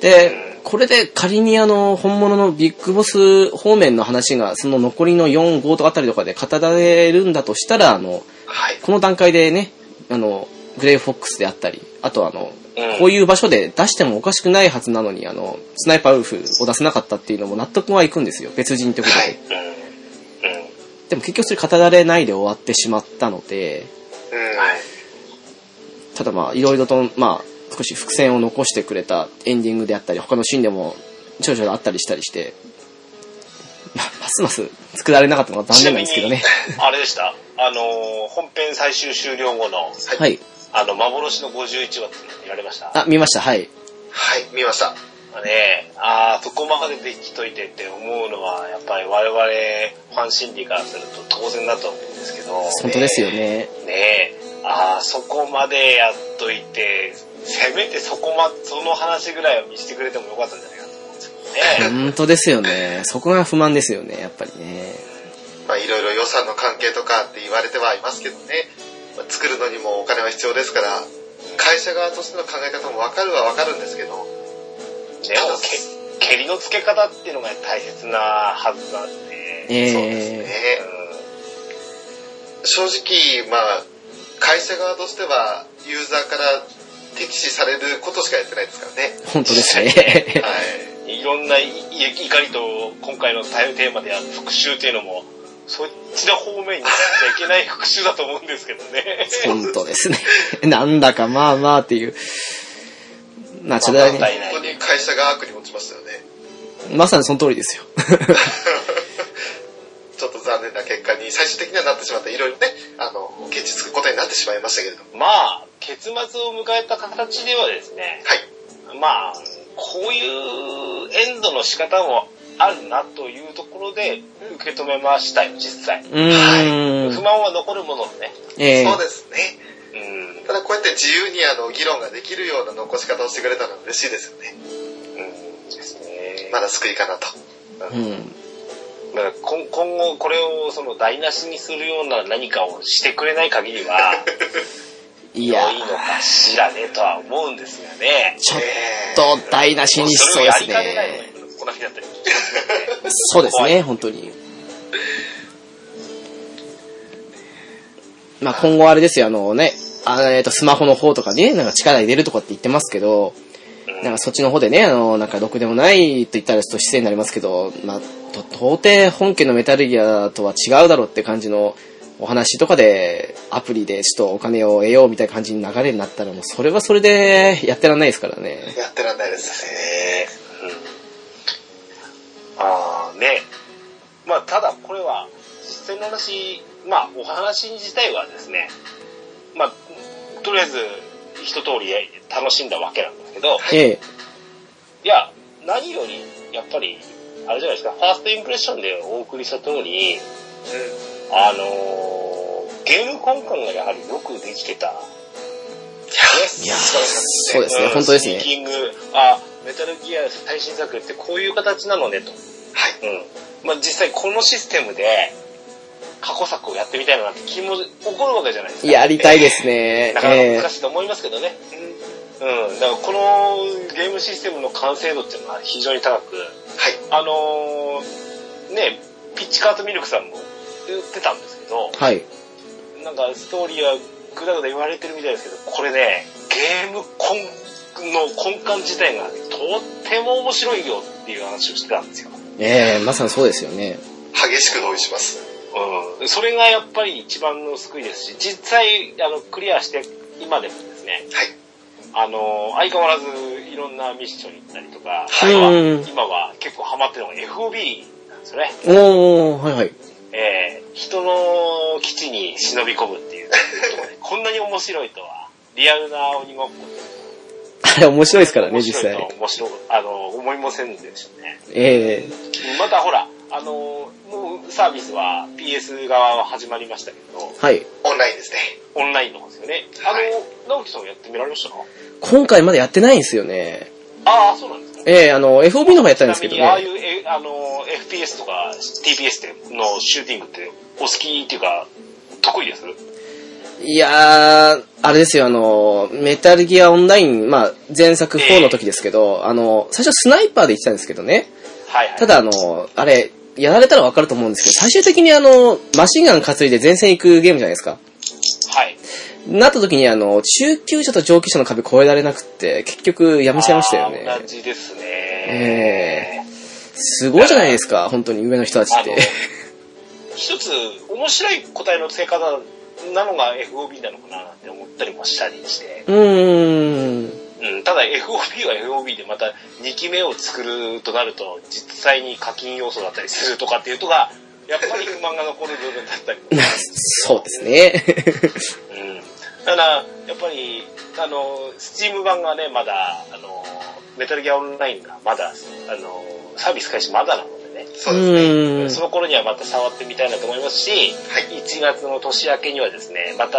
S1: で、これで仮にあの、本物のビッグボス方面の話が、その残りの4、5とあたりとかで語られるんだとしたら、あの、
S2: はい。
S1: この段階でね、あの、グレイフォックスであったり、あとあの、
S3: うん
S1: こういう場所で出してもおかしくないはずなのに、あの、スナイパーウルフを出せなかったっていうのも納得はいくんですよ。別人ってことで。
S2: はい
S3: えうん。うん。
S1: でも結局それ語られないで終わってしまったので、
S2: うん。
S3: はい。
S1: ただまあ、いろいろと、まあ、少し伏線を残してくれたエンディングであったり、他のシーンでも、ちょいちょいあったりしたりして、まあ、ますます作られなかったのが残念なんですけどね。
S3: ちなみにあれでした。あのー本編最終終了後の、
S1: はい。
S3: あの、幻の51話って見られました。
S1: あ、見ました、はい。
S2: はい、見ました。
S3: ねえ、ああ、そこまでできといてって思うのは、やっぱり我々ファン心理からすると当然だと思うんですけど。
S1: 本当ですよね。
S3: ねえ、ああ、そこまでやっといて、せめてそこま、その話ぐらいは見せてくれてもよかったんじゃないかと思うんですけ どね。
S1: 本当ですよね。そこが不満ですよね、やっぱりね。
S2: まあ、いろいろ予算の関係とかって言われてはいますけどね、まあ作るのにもお金は必要ですから、会社側としての考え方もわかるはわかるんですけど、
S3: でも、け、蹴りの付け方っていうのが大切なはずなんで。
S1: ええ
S3: そうですね。
S2: ね、正直、まあ、会社側としては、ユーザーから敵視されることしかやってないですからね。
S1: 本当です
S2: は
S1: ね。
S2: い。
S3: うんいろんないい怒りと、今回の対応テーマである復讐っていうのも、そっちの方面に行っちゃいけない復讐だと思うんですけどね。
S1: 本当ですね。なんだかまあまあっていう。まあ、ちょっと
S3: まあ
S1: ね、
S2: 本当に会社が悪に落ちましたよね。
S1: まさにその通りですよ。
S2: ちょっと残念な結果に最終的にはなってしまって、いろいろね、あの、ケチつくことになってしまいましたけれども。
S3: まあ、結末を迎えた形ではですね、
S2: はい。
S3: まあ、こういうエンドの仕方もあるなというところで受け止めましたよ、実際。
S1: うー
S3: 不
S1: ん。
S3: 満は残るもののね。
S1: ええ
S2: そうですね。
S3: うん
S2: ただこうやって自由にあの議論ができるような残し方をしてくれたのは嬉しいですよね。
S3: うんですね。
S2: まだ救いかなと。
S1: うん。
S3: だから今今後これをその台無しにするような何かをしてくれない限りは、
S1: い
S3: 良
S1: や
S3: いのかしらねとは思うんですよね。
S1: ちょっ
S2: え
S1: と台無しにし
S3: そ
S1: そう
S3: れを
S1: で
S3: や
S1: す
S3: りかねない
S1: ね。
S3: のがこの日だったり。
S1: そうですね、本当に。まあ今後あれですよ、あのね、あえっと、スマホの方とかにね、なんか力入れるとかって言ってますけど、
S3: うん
S1: なんかそっちの方でね、あの、なんかろくでもないと言ったらちょっと失礼になりますけど、まあ、と到底本家のメタルギアとは違うだろうって感じのお話とかで、アプリでちょっとお金を得ようみたいな感じに流れになったら、もうそれはそれでやってらんないですからね。
S2: ーやってらんないですね。
S3: ああね。まあ、ただこれは、実際の話、まあ、お話自体はですね、まあ、とりあえず、一通り楽しんだわけなんですけど、
S1: ええ、
S3: いや、何より、やっぱり、あれじゃないですか、ファーストインプレッションでお送りした通り、あのーゲーム根幹がやはりよくできてた。
S1: いやーそうですね、本当です
S3: ス
S1: ね。
S3: ピーキング、あ、メタルギア最新作ってこういう形なのねと。
S2: はい。
S3: うん。まあ実際このシステムで過去作をやってみたいなって気も起こるわけじゃないですか。
S1: やりたいですね
S3: な。かなか
S1: え
S3: 難しいと思いますけどね。うん、だからこのゲームシステムの完成度っていうのは非常に高く、
S2: はい。
S3: あのーね、ピッチカートミルクさんも言ってたんですけど、
S1: はい。
S3: なんかストーリーはぐだぐだ言われてるみたいですけど、これね、ゲーム根の根幹自体がとっても面白いよっていう話をしてたんですよ。
S1: ええまさにそうですよね。
S2: 激しく同意します。
S3: うん、それがやっぱり一番の救いですし、実際、あの、クリアして今でもですね、
S2: はい。
S3: あの、相変わらずいろんなミッションに行ったりとか、
S1: はい
S3: 今
S1: うん
S3: は今は結構ハマってるのが FOB なんですよね。
S1: おー、はいはい。
S3: えー人の基地に忍び込むっていうことがねこんなに面白いとは、リアルな鬼ごっこ
S1: あれ面白いですからね、
S3: 面
S1: 実
S3: 白
S1: 際
S3: いと。は面白い、あの、思いもせんでしたね。
S1: ええ
S3: またほら、あの、もうサービスは PS 側は始まりましたけど、
S1: はい。
S2: オンラインですね。
S3: オンラインの方ですよね。あ
S2: はい
S3: の、直樹さんやってみられましたか
S1: 今回まだやってないんですよね。
S3: ああ、そうなんですか。
S1: ええあの、FOB の方やったんですけど
S3: ちなみ
S1: ね。
S3: にああいう、えあの、FPS とか TPS ってのシューティングってお好きっていうか、得意です
S1: いやー、あれですよ、あの、メタルギアオンライン、まあ、前作4の時ですけど、あの、最初スナイパーで行ってたんですけどね。
S3: はいはい。
S1: ただあの、あれ、やられたらわかると思うんですけど、最終的にあの、マシンガン担いで前線行くゲームじゃないですか。
S3: はい。
S1: なった時にあの、中級者と上級者の壁越えられなくって、結局やめちゃいましたよね。
S3: あー同じですね。
S1: えすごいじゃないですか、本当に上の人たちっ
S3: あの
S1: て。、
S3: 一つ面白い答えの付け方なのが FOB なのかなって思ったりもしたりして、
S1: うーん。
S3: うん、ただ FOB は FOB でまた2期目を作るとなると、実際に課金要素だったりするとかっていうとが、やっぱり不満が残る部分だったりも
S1: なそうですね。
S3: うんだから、やっぱり、あの、スチーム版がね、まだ、あの、メタルギアオンラインがまだ、あの、サービス開始まだなのでね、
S1: う
S2: そうですね。
S1: ーん。
S3: その頃にはまた触ってみたいなと思いますし、
S2: はい。
S3: 1月の年明けにはですね、また、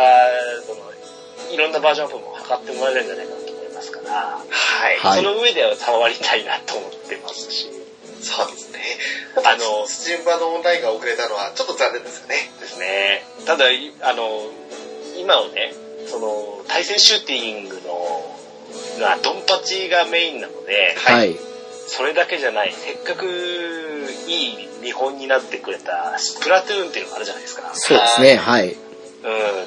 S3: その、いろんなバージョンアップも測ってもらえるんじゃないかなと思いますから、はい。
S1: はい
S3: その上では触りたいなと思ってますし、
S2: そうですね。
S3: あの、
S2: スチーム版のオンラインが遅れたのはちょっと残念ですよね。
S3: ですね。ただ、いあの、今のね、その、対戦シューティングの、が、ドンパチがメインなので、
S1: はい。
S3: それだけじゃない、せっかくいい見本になってくれた、スプラトゥーンっていうのがあるじゃないですか。
S1: そうですね、はい。
S3: うん、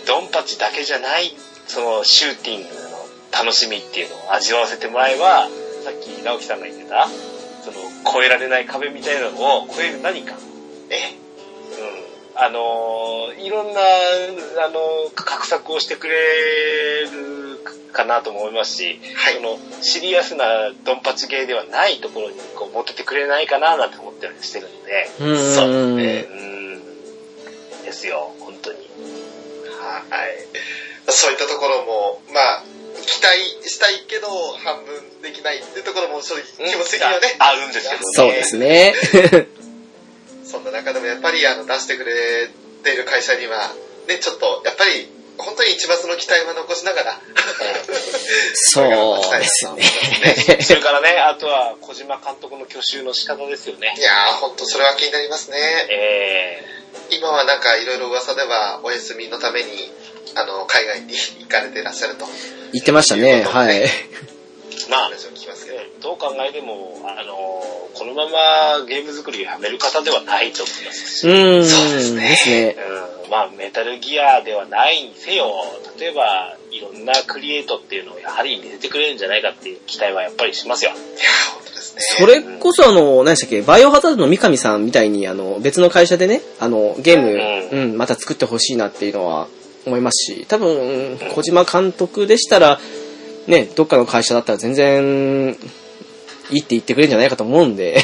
S3: ドンパチだけじゃない、その、シューティングの楽しみっていうのを味わわせてもらえば、さっき直樹さんが言ってた、その、越えられない壁みたいなのを越える何か、
S2: ね。
S3: うんあのーいろんな、あのー画策をしてくれるかなとも思いますし、
S2: はい
S3: そのシリアスなドンパチゲーではないところにこう持っててくれないかななんて思ったりしてるので、
S1: うーん
S3: そうですね。うん。ですよ、本当に。
S2: はい。そういったところも、まあ、期待したいけど、半分できないっていうところも正直気持ち的にはね、
S3: ああるんですけどね。
S1: そうですね。
S2: そんな中でもやっぱりあの出してくれている会社には、ね、ちょっとやっぱり本当に一抹の期待は残しながら、
S1: そうですね。
S3: それからね、あとは小島監督の去就の仕方ですよね
S2: い。やー、本当それは気になりますね。
S3: え
S2: 今はなんかいろいろ噂ではお休みのために、あの、海外に行かれていらっしゃると。
S1: 言ってましたね、はい。
S3: ー、まあ、
S2: 話を聞きますけど。
S3: ねどう考えても、あのこのままゲーム作りをやめる方ではないと思いますし、
S1: うーん。
S2: そうですね
S1: ですね。
S3: うんまあ、メタルギアではないにせよ、例えば、いろんなクリエイトっていうのをやはり入れてくれるんじゃないかっていう期待はやっぱりしますよ。
S2: いやー、本当ですね。
S1: それこそあの、何でしたっけ、バイオハザードの三上さんみたいに、あの、別の会社でね、あの、ゲーム、うん、また作ってほしいなっていうのは思いますし、多分、小島監督でしたら、ね、どっかの会社だったら全然、いいって言ってくれるんじゃないかと思うんで、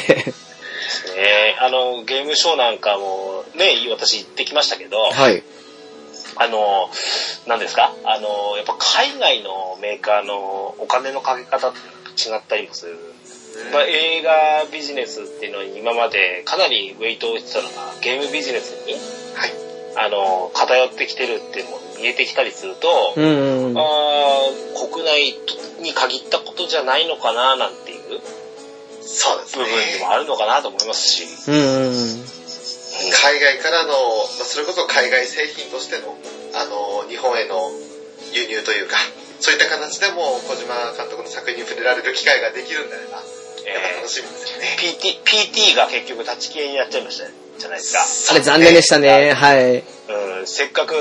S3: ねあの、ゲームショーなんかも、ね、私行ってきましたけど、
S1: はい。
S3: あの、何ですかあの、やっぱ海外のメーカーのお金のかけ方って違ったりもする。まあ、映画ビジネスっていうのに今までかなりウェイトをしてたのがゲームビジネスに
S2: はい。
S3: あの偏ってきてるっていうのも見えてきたりすると、
S1: うん。
S3: あー国内に限ったことじゃないのかななんていう
S2: そうです
S3: 部
S2: ね
S3: 分。でもあるのかなと思いますし、
S1: うん。
S2: 海外からの、まあそれこそ海外製品としての、あの、日本への輸入というか、そういった形でも小島監督の作品に触れられる機会ができるんであれば、やっぱ楽しみですよね。
S3: PT、PT が結局立ち消えになっちゃいましたじゃないです
S1: あれ残念でしたね。はい。
S3: か。うん、せっかく、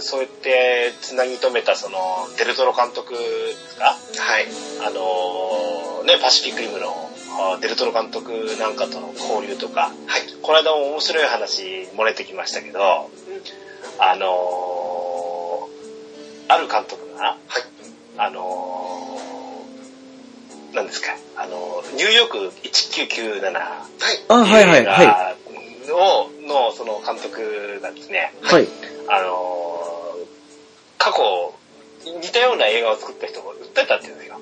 S3: そうやって、つなぎ止めた、その、デルトロ監督が、
S2: はい。
S3: あのーね、パシフィックリムの、あデルトロ監督なんかとの交流とか、
S2: はい。
S3: この間も面白い話漏れてきましたけど、あのーある監督が、
S2: はい。
S3: あのー、なんですか、あのーニューヨーク1997
S2: はい。
S1: あ、はいはい
S3: 映画
S1: は
S3: をの、その監督がですね、
S1: い。はい。
S3: あのー過去、似たような映画を作った人が訴えたって言うんですよ。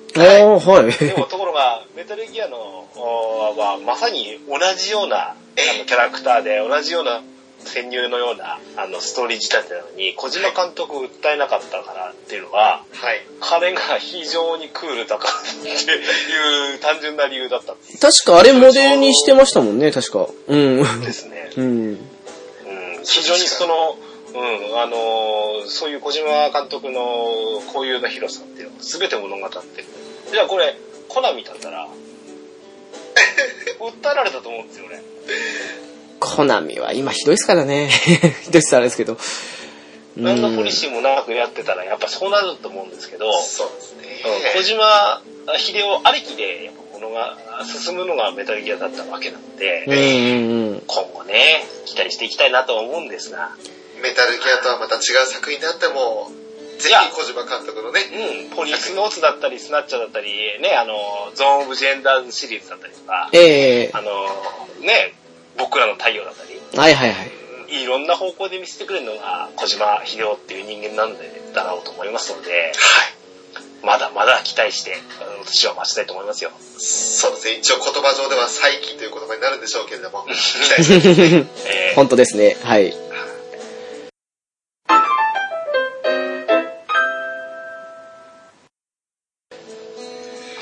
S1: おー、はい。
S3: でも、ところが、メタルギアの、おーは、まさに同じような、あのキャラクターで、同じような、 潜入のような、あの、ストーリー仕立てなのに、小島監督を訴えなかったからっていうのは、
S2: はい。
S3: 彼が非常にクールだからっていう単純な理由だったんで
S1: 確かあれモデルにしてましたもんね、確か。うん。
S3: すね。
S1: うん。
S3: うん、非常にその、うん、あのーそういう小島監督の交友の広さっていうのは全て物語ってる。じゃあこれ、コナミだったら、訴えられたと思うんですよね。
S1: コナミは今ひどいっすからね。 ひどいっすあれですけど。うん
S3: 何のポリシーもなくやってたら、やっぱそうなると思うんですけど、
S2: そうですね。
S3: うん小島秀夫ありきで、やっぱ物が進むのがメタルギアだったわけなので、
S1: うんうんうん。
S3: 今後ね、期待していきたいなとは思うんですが、
S2: メタルギアとはまた違う作品であっても、ぜひ小島監督のね、
S3: うん、ポリスノーツだったり、スナッチャーだったり、ね、あの、ゾーン・オブ・ジェンダーズシリーズだったりとか、
S1: ええ
S3: あの、ね、僕らの太陽だったり、
S1: はいはいはい。
S3: いろんな方向で見せてくれるのが小島秀夫っていう人間なんでだろうと思いますので、
S2: はい。
S3: まだまだ期待して、うん私は待ちたいと思いますよ。
S2: そうですね。一応言葉上では再起という言葉になるんでしょうけれども、期待 してます
S3: えー
S1: 本当ですね。はい。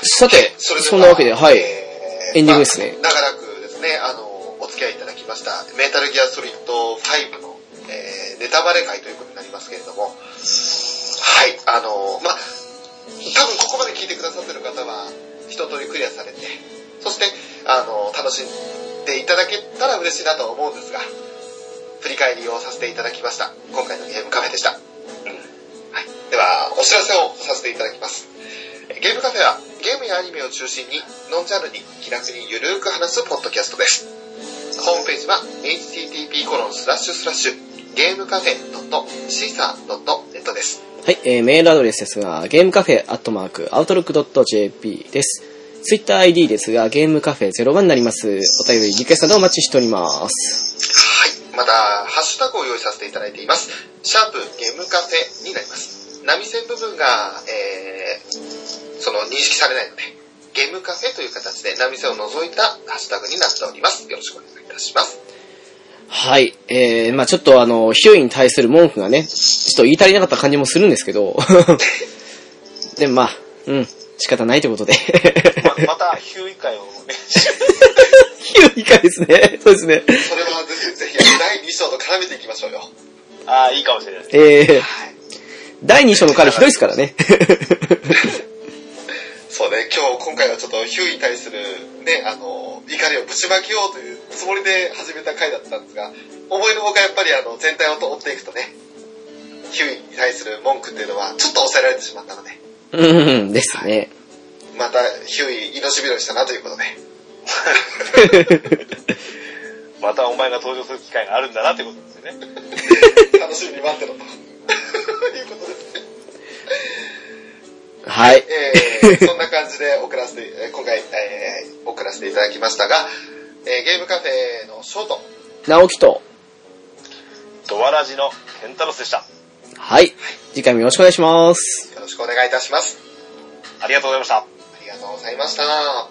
S1: さて、
S2: それでは
S1: そんなわけで、はい。
S2: え
S1: エンディングですね
S2: まあ長らくですね、あの、お付き合いいただきました、メタルギアソリッド5の、えーネタバレ会ということになりますけれども、はい、あの、まあ、多分ここまで聞いてくださってる方は、一通りクリアされて、そして、あの、楽しんでいただけたら嬉しいなとは思うんですが、振り返りをさせていただきました。今回のゲームカフェでした。はい、では、お知らせをさせていただきます。ゲームカフェはゲームやアニメを中心にノンジャンルに気楽にゆるーく話すポッドキャストです。ホームページは http コロンスラッシュスラッシュゲームカフェ .caesar.net です。
S1: はい、えー、メールアドレスですが、ゲームカフェアットマーク、アウトロック .jp です。ツイッター ID ですが、ゲームカフェ01になります。お便り、リクエストなどお待ちしております。
S2: はい。また、ハッシュタグを用意させていただいています。シャープゲームカフェになります。波線部分が、えー、その認識されないので、ゲームカフェという形で波線を除いたハッシュタグになっております。よろしくお願いいたします。
S1: はい、えー、まあちょっとあの、ヒロインに対する文句がね、ちょっと言い足りなかった感じもするんですけど、 でもまあうん、仕方ないということで。
S3: ままた、ヒューイ会をね、
S1: ヒロインかですね。そうですね。
S2: それはぜひぜひ第2章と絡めていきましょうよ。
S3: ああ、いいかもしれないです。
S1: えー、第2章の彼ひどいですからね。
S2: そうね、今日、今回はちょっとヒューイに対するね、あの、怒りをぶちまきようというつもりで始めた回だったんですが、思いのほかやっぱりあの、全体を追っていくとね、ヒューイに対する文句っていうのはちょっと抑えられてしまったので、
S1: うん、ですね。
S2: またヒューイ命拾いしたなということで、
S3: またお前が登場する機会があるんだなってことですよね。
S2: 楽しみに待ってろと。いうことですね。
S1: はい。
S2: え ー、そんな感じで送らせて、えー今回、えー送らせていただきましたが、えーゲームカフェのショート、
S1: 直樹と、
S3: ドワラジのケンタロスでした。
S1: はい。次回もよろしくお願いします。
S2: よろしくお願いいたします。
S3: ありがとうございました。
S2: ありがとうございました。